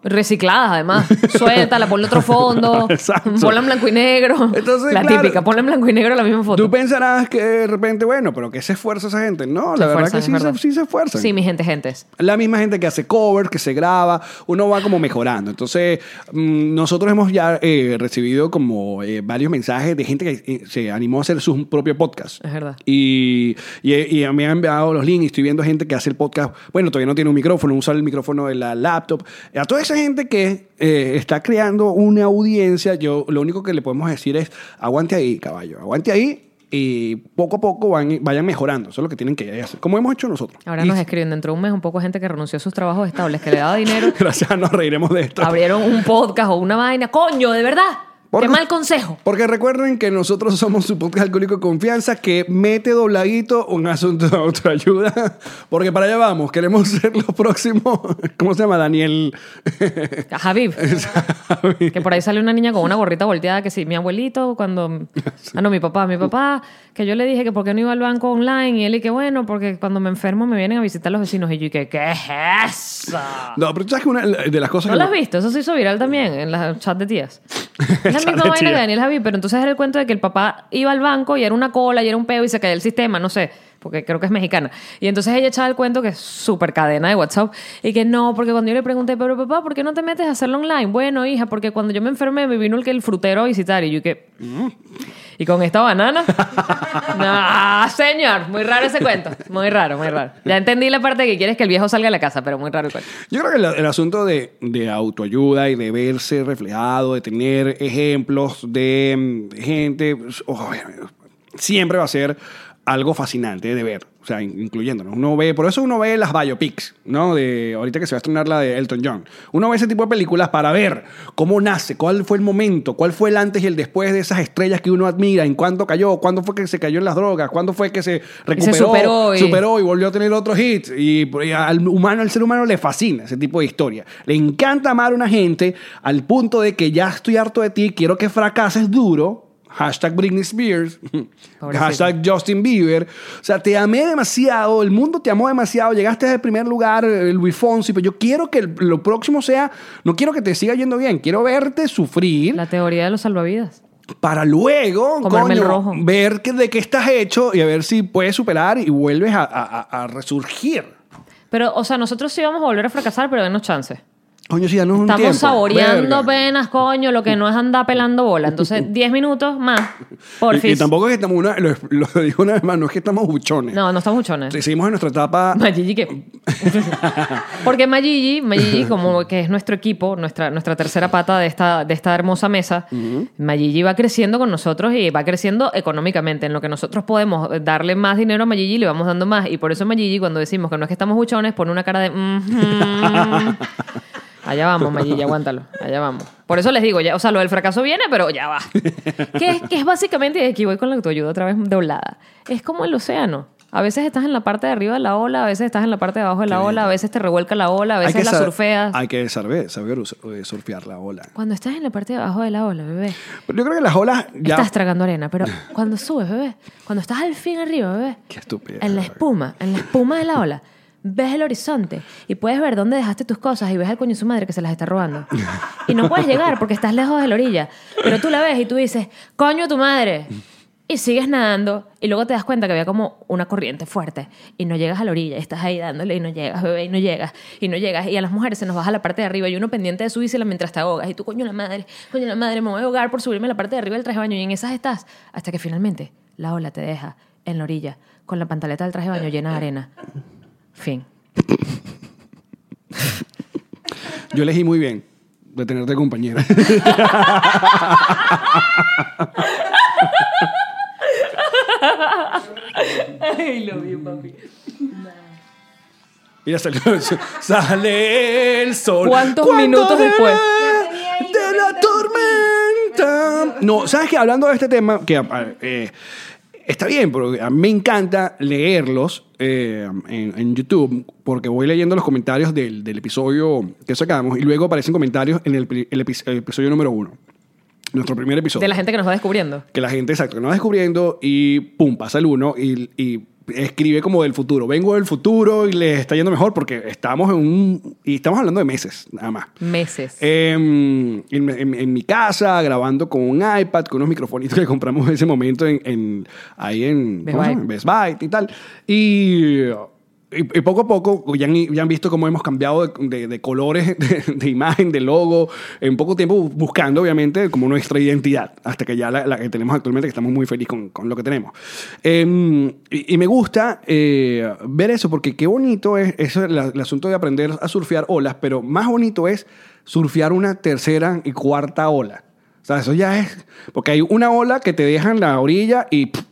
B: Recicladas, además. Suéltala, ponle otro fondo.
A: Exacto.
B: Ponla en blanco y negro.
A: Entonces,
B: la
A: claro.
B: típica, ponla en blanco y negro la misma foto.
A: Tú pensarás que de repente, bueno, pero que se esfuerza esa gente. No, la
B: Se
A: verdad
B: esfuerzan,
A: que sí,
B: es verdad.
A: Se, sí se esfuerzan.
B: Sí, mi gente, gentes.
A: La misma gente que hace covers, que se graba, uno va como mejorando. Entonces, mm, nosotros hemos ya eh, recibido como eh, varios mensajes de gente que eh, se animó a hacer su propio podcast.
B: Es verdad.
A: Y, y, y me han enviado los links y estoy viendo gente que hace el podcast. Bueno, todavía no tiene un micrófono, usa el micrófono de la laptop. A toda esa gente que eh, está creando una audiencia, yo lo único que le podemos decir es aguante ahí, caballo, aguante ahí. Y poco a poco van, vayan mejorando. Eso es lo que tienen que hacer. Como hemos hecho nosotros.
B: Ahora
A: Y
B: nos escriben dentro de un mes un poco de gente que renunció a sus trabajos estables, que le daba dinero.
A: Gracias, nos reiremos de esto.
B: Abrieron un podcast o una vaina. Coño, de verdad.
A: Porque-
B: Qué mal consejo.
A: Porque recuerden que nosotros somos su podcast alcohólico de confianza que mete dobladito un asunto a otra ayuda. Porque para allá vamos, queremos ser los próximos. ¿Cómo se llama? Daniel.
B: A Javib. Ah, que por ahí sale una niña con una gorrita volteada que sí, mi abuelito, cuando... Ah, no, mi papá, mi papá, que yo le dije que por qué no iba al banco online y él y que bueno, porque cuando me enfermo me vienen a visitar los vecinos y yo y que, ¿qué es eso?
A: No, pero tú sabes que una de las cosas
B: ¿No
A: que.
B: lo has visto? Eso se hizo viral también en la chat de tías. Es la
A: Chat
B: misma
A: de
B: vaina
A: tías.
B: que Daniel Javi, pero entonces era el cuento de que el papá iba al banco y era una cola y era un peo y se caía el sistema, no sé, porque creo que es mexicana. Y entonces ella echaba el cuento que es súper cadena de WhatsApp y que no, porque cuando yo le pregunté, pero papá, ¿por qué no te metes a hacerlo online? Bueno, hija, porque cuando yo me enfermé me vino el que el frutero a visitar y yo que... "Mm". ¿Y con esta banana? no, señor, muy raro ese cuento. Muy raro, muy raro. Ya entendí la parte que quieres que el viejo salga de la casa, pero muy raro el cuento.
A: Yo creo que la- el, asunto de, de autoayuda y de verse reflejado, de tener ejemplos de mm, gente, oh, siempre va a ser algo fascinante de ver. O sea, in- incluyéndonos. Uno ve, por eso uno ve las biopics, ¿no? De ahorita que se va a estrenar la de Elton John. Uno ve ese tipo de películas para ver cómo nace, cuál fue el momento, cuál fue el antes y el después de esas estrellas que uno admira, en cuándo cayó, cuándo fue que se cayó en las drogas, cuándo fue que se recuperó,
B: superó eh. y-
A: superó y volvió a tener otros hits. Y, y al humano, al ser humano le fascina ese tipo de historia. Le encanta amar a una gente al punto de que ya estoy harto de ti, quiero que fracases duro. Hashtag Britney Spears,
B: Pobrecita.
A: hashtag Justin Bieber. O sea, te amé demasiado, el mundo te amó demasiado, llegaste al primer lugar, eh, Luis Fonsi, pero yo quiero que el- lo próximo sea, no quiero que te siga yendo bien, quiero verte sufrir
B: La teoría de los salvavidas.
A: para luego
B: Comerme el
A: coño,
B: rojo.
A: ver que- de qué estás hecho y a ver si puedes superar y vuelves a, a- a- a resurgir.
B: Pero, o sea, nosotros sí vamos a volver a fracasar, pero denos chance.
A: Coño, si ya no es un
B: Estamos
A: tiempo.
B: saboreando
A: Verga.
B: apenas, coño, lo que no es andar pelando bola. Entonces, 10 minutos más,
A: Y, y
B: porfis.
A: tampoco es que estamos, una- lo, lo digo una vez más, no es que estamos buchones.
B: No, Mm. no estamos muchones.
A: Si Seguimos en nuestra etapa.
B: Mayigi que... Porque Mayigi, Mayigi, como que es nuestro equipo, nuestra, nuestra tercera pata de esta, de esta hermosa mesa, Mayigi va creciendo con nosotros y va creciendo económicamente. En lo que nosotros podemos darle más dinero a Mayigi, le vamos dando más. Y por eso Mayigi, cuando decimos que no es que estamos buchones, pone una cara de... "Mm, "Ujú". Allá vamos, Mayigi, aguántalo. Allá vamos. Por eso les digo, ya, o sea, lo del fracaso viene, pero ya va. Que es, que es básicamente, y aquí voy con la autoayuda otra vez doblada. Es como el océano. A veces estás en la parte de arriba de la ola, a veces estás en la parte de abajo de la
A: Qué
B: ola, a
A: lindo.
B: veces te revuelca la ola, a veces la
A: saber-
B: surfeas.
A: Hay que saber, saber us- eh, surfear la ola.
B: Cuando estás en la parte de abajo de la ola, bebé,
A: Pero yo creo que las olas ya...
B: estás tragando arena, pero cuando subes, bebé, cuando estás al fin arriba, bebé,
A: Qué estúpida.
B: en la espuma, en la espuma de la ola, ves el horizonte y puedes ver dónde dejaste tus cosas y ves al coño de su madre que se las está robando. Y no puedes llegar porque estás lejos de la orilla, pero tú la ves y tú dices, coño de tu madre. Y sigues nadando y luego te das cuenta que había como una corriente fuerte y no llegas a la orilla, y estás ahí dándole y no llegas, bebé, y no llegas, y no llegas. Y a las mujeres se nos baja la parte de arriba y uno pendiente de subírsela mientras te ahogas. Y tú, coño la madre, coño la madre, me voy a ahogar por subirme a la parte de arriba del traje de baño. Y en esas estás hasta que finalmente la ola te deja en la orilla con la pantaleta del traje de baño llena de arena. Fin.
A: Yo elegí muy bien de tenerte compañera. Mira, salió, sale el sol.
B: ¿Cuántos
A: Cuando
B: minutos
A: de-
B: después?
A: De la tormenta. No, ¿sabes qué? Hablando de este tema, que a- eh, está bien, pero a mí me encanta leerlos eh, en, en YouTube, porque voy leyendo los comentarios del, del episodio que sacamos y luego aparecen comentarios en el, pri- el epi- el episodio número uno. Nuestro primer episodio
B: De la gente que nos va descubriendo.
A: que la gente, exacto, que no va descubriendo y pum, pasa el uno y, y escribe como del futuro. Vengo del futuro y les está yendo mejor porque estamos en un... Y estamos hablando de meses, nada más.
B: Meses.
A: Em, en, en- en mi casa, grabando con un iPad, con unos microfonitos que compramos en ese momento en, en- ahí en
B: Best
A: ¿cómo se
B: Buy.
A: llama? Best Buy y tal. Y, y- y poco a poco ya han, ya han visto cómo hemos cambiado de, de- de colores, de, de imagen, de logo, en poco tiempo bu- buscando obviamente como nuestra identidad, hasta que ya la, la que tenemos actualmente, que estamos muy felices con, con lo que tenemos. Em, y, y me gusta eh, ver eso, porque qué bonito es, eso, el, el asunto de aprender a surfear olas, pero más bonito es surfear una tercera y cuarta ola. O sea, eso ya es. Porque hay una ola que te deja en la orilla y pff,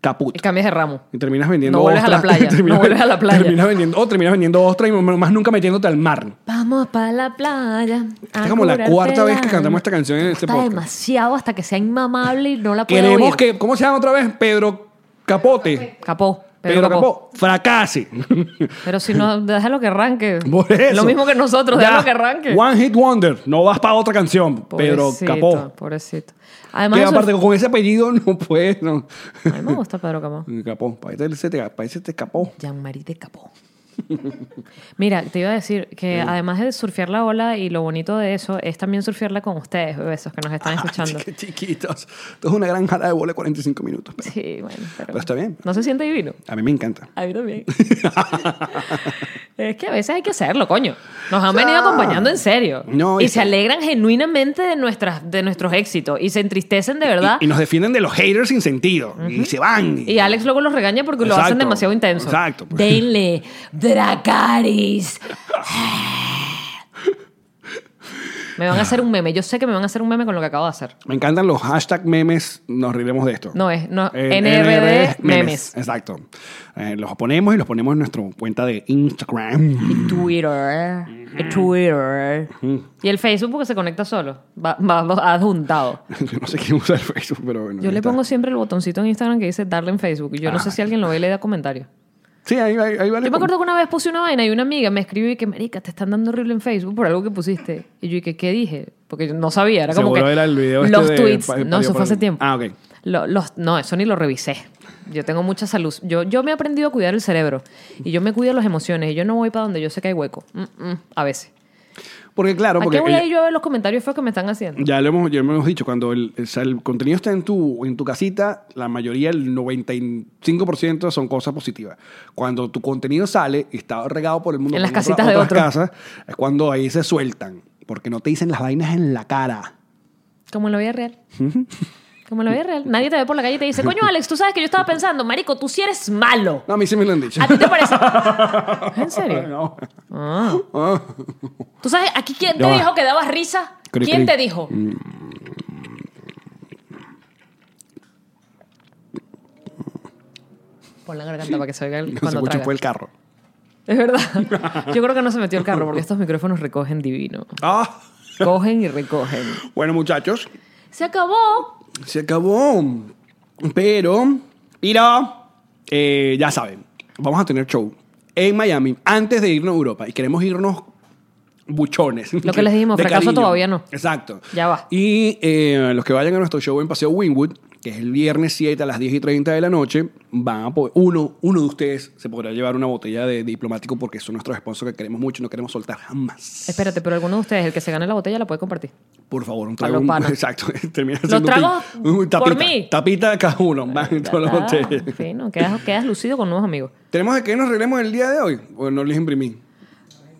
A: caput.
B: Y cambias de ramo.
A: Y terminas vendiendo
B: No vuelves a la
A: ostras.
B: playa,
A: Terminas-
B: no vuelves a la playa.
A: Terminas vendiendo, o terminas vendiendo ostra y más nunca metiéndote al mar.
B: Vamos para la playa.
A: Esta es como la cuarta vez que cantamos esta canción en este
B: Está
A: podcast.
B: demasiado hasta que sea inmamable y no la puedo
A: Queremos
B: oír.
A: que. ¿Cómo se llama otra vez? Pedro Capote.
B: Capó.
A: Pedro,
B: Pedro, Capó.
A: Capó. Fracase.
B: Pero si no, déjalo que arranque.
A: Por eso.
B: Lo mismo que nosotros,
A: Ya.
B: déjalo que arranque.
A: One Hit Wonder. No vas para otra canción. Pedro
B: Pobrecito,
A: Capó.
B: Pobrecito.
A: Que
B: Además, eso-
A: aparte con ese apellido no puedes. No.
B: a mí me gusta Pedro Capó.
A: Capó. Parece que se te- parece que te escapó.
B: Jean-Marie de Capó. Mira, te iba a decir que además de surfear la ola y lo bonito de eso es también surfearla con ustedes, bebesos que nos
A: Ah,
B: están escuchando.
A: Ay, qué chiquitos. Esto es una gran jala de bola de 45 minutos. pero
B: Sí, bueno, pero,
A: Pero Pues está bien.
B: ¿No se siente divino?
A: A mí me encanta.
B: A mí también. es que a veces hay que hacerlo, coño. Nos han venido acompañando en serio.
A: No,
B: y
A: y-
B: se alegran genuinamente de, nuestras, de nuestros éxitos. Y se entristecen de verdad.
A: Y, y nos defienden de los haters sin sentido. Y se van.
B: Y Alex luego los regaña porque lo hacen
A: Exacto,
B: demasiado intenso.
A: exacto, pues.
B: Denle Dracaris. me van a hacer un meme. Yo sé que me van a hacer un meme con lo que acabo de hacer.
A: Me encantan los hashtag memes. Nos riremos de esto.
B: No es, no,
A: Eh,
B: NRD memes.
A: Exacto. Eh, los ponemos y los ponemos en nuestra cuenta de Instagram.
B: Y Twitter. y Twitter. eh. Y el Facebook porque se conecta solo. Va, va- va adjuntado.
A: Yo no sé quién usa el Facebook, pero bueno.
B: Yo
A: ahí
B: le
A: está. Ah.
B: pongo siempre el botoncito en Instagram que dice darle en Facebook. Y yo no sé si alguien lo ve y le da comentario.
A: Sí, ahí, ahí, ahí vale.
B: Yo me acuerdo que una vez puse una vaina y una amiga me escribió y que, marica, te están dando horrible en Facebook por algo que pusiste. Y yo, ¿y qué, qué dije? Porque yo no sabía, era como
A: Seguro
B: que
A: era el video este
B: los
A: de-
B: tweets.
A: pa-
B: no,
A: pa-
B: eso
A: pa-
B: fue hace tiempo.
A: Ah, ok.
B: Lo- los, no, eso ni lo revisé. Yo tengo mucha salud. Yo, yo me he aprendido a cuidar el cerebro. Y yo me cuido las emociones. Y yo no voy para donde yo sé que hay hueco. Mm, mm, a veces.
A: Porque claro, porque...
B: ¿A qué voy
A: ella-
B: a ir yo a ver los comentarios feos que me están haciendo?
A: Ya lo hemos, ya lo hemos dicho, cuando el, o sea, el contenido está en tu, en tu casita, la mayoría, el 95% son cosas positivas. Cuando tu contenido sale y está regado por el mundo
B: En las
A: por otra-
B: casitas de
A: otras
B: otro.
A: casas, es cuando ahí se sueltan, porque no te dicen las vainas en la cara.
B: Como en la vida real. Como en la vida real. Nadie te ve por la calle y te dice, coño, Alex, tú sabes que yo estaba pensando, marico, tú sí eres malo.
A: No, a mí sí me lo han dicho.
B: ¿A ti te parece? ¿En serio?
A: No.
B: Ah. ¿Tú sabes aquí quién te
A: Ya va.
B: dijo que dabas risa?
A: Cri,
B: ¿Quién
A: cri. Mm.
B: te dijo? Pon la garganta para que se oiga el-
A: No se pues.
B: cuando
A: escucha,
B: traga.
A: fue el carro.
B: Es verdad. Yo creo que no se metió el carro porque estos micrófonos recogen divino.
A: Ah,
B: Cogen y recogen.
A: bueno, muchachos,
B: Se acabó.
A: se acabó. Pero, mira, eh, ya saben, vamos a tener show en Miami antes de irnos a Europa y queremos irnos buchones.
B: Lo que les dijimos,
A: de
B: fracaso todavía no.
A: Exacto.
B: Ya va.
A: Y eh, los que vayan a nuestro show en Paseo Wynwood, que es el viernes 7 a las 10 y 30 de la noche, van a poder- uno, uno de ustedes se podrá llevar una botella de diplomático porque son nuestros sponsors que queremos mucho y no queremos soltar jamás.
B: Espérate, pero alguno de ustedes, el que se gane la botella, la puede compartir.
A: Por favor, un
B: Pa'
A: trago.
B: los
A: un-
B: panas.
A: exacto. Termina siendo un
B: tragos
A: pin- un tapita,
B: por mí.
A: Tapita de cada uno. Van en todas las
B: Ya está.
A: botellas.
B: Ah, Fino, quedas, quedas lucido con nuevos amigos.
A: ¿Tenemos de qué nos arreglemos el día de hoy? ¿O no les imprimí?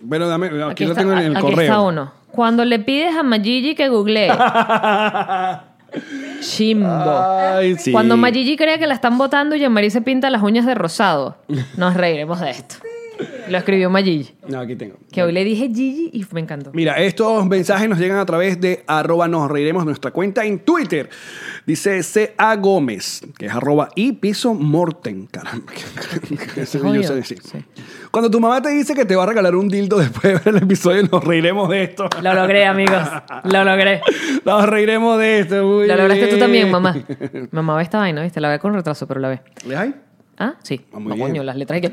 A: Bueno, dame, aquí, lo
B: está-
A: tengo en el
B: aquí
A: correo.
B: está uno. Cuando le pides a Majiji que googlee. Chimbo.
A: Ay, Ah, sí.
B: Cuando Majiji cree que la están votando y Yamari se pinta las uñas de rosado. Nos reiremos de esto. Lo escribió Majiji.
A: No, aquí tengo.
B: Que hoy le dije Gigi y me encantó.
A: Mira, estos mensajes nos llegan a través de arroba nos reiremos nuestra cuenta en Twitter. Dice C.A. Gómez, que es arroba y piso morten. Caramba. Ese niño
B: jodido.
A: se dice.
B: Sí.
A: Cuando tu mamá te dice que te va a regalar un dildo después de ver el episodio, nos reiremos de esto.
B: Lo logré, amigos. Lo logré.
A: Nos reiremos de esto. muy
B: Lo lograste tú
A: bien.
B: también, mamá. Mamá ve esta vaina, ¿viste? La ve con retraso, pero la ve.
A: ¿Le hay?
B: ¿Ah? Sí.
A: Ah, muy
B: no,
A: bien.
B: coño, las letras hay que...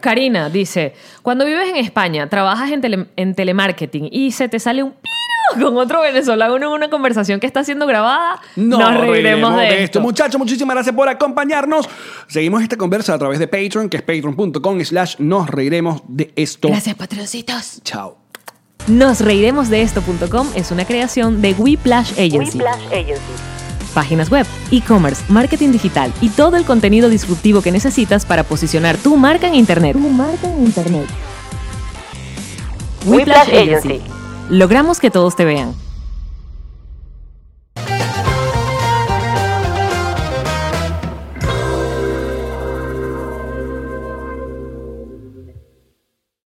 B: Karina dice, cuando vives en España, trabajas en, tele- en telemarketing y se te sale un piro con otro venezolano en una conversación que está siendo grabada, nos reiremos de, esto.
A: Muchachos, muchísimas gracias por acompañarnos. Seguimos esta conversa a través de Patreon, que es patreon.com slash nos reiremos de esto.
B: Gracias, patroncitos.
A: Chao.
B: Nos reiremos de esto.com es una creación de Whiplash Agency. Páginas web, e-commerce, marketing digital y todo el contenido disruptivo que necesitas para posicionar tu marca en Internet. Tu marca en Internet. Whiplash Agency. Logramos que todos te vean.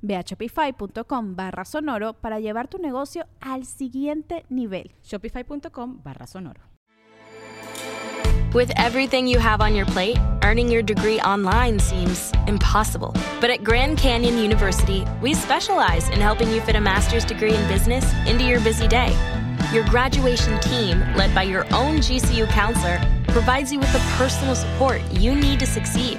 E: Ve a shopify.com barra sonoro para llevar tu negocio al siguiente nivel.
F: Shopify.com barra sonoro.
G: With everything you have on your plate, earning your degree online seems impossible. But at Grand Canyon University, we specialize in helping you fit a master's degree in business into your busy day. Your graduation team, led by your own GCU counselor, provides you with the personal support you need to succeed.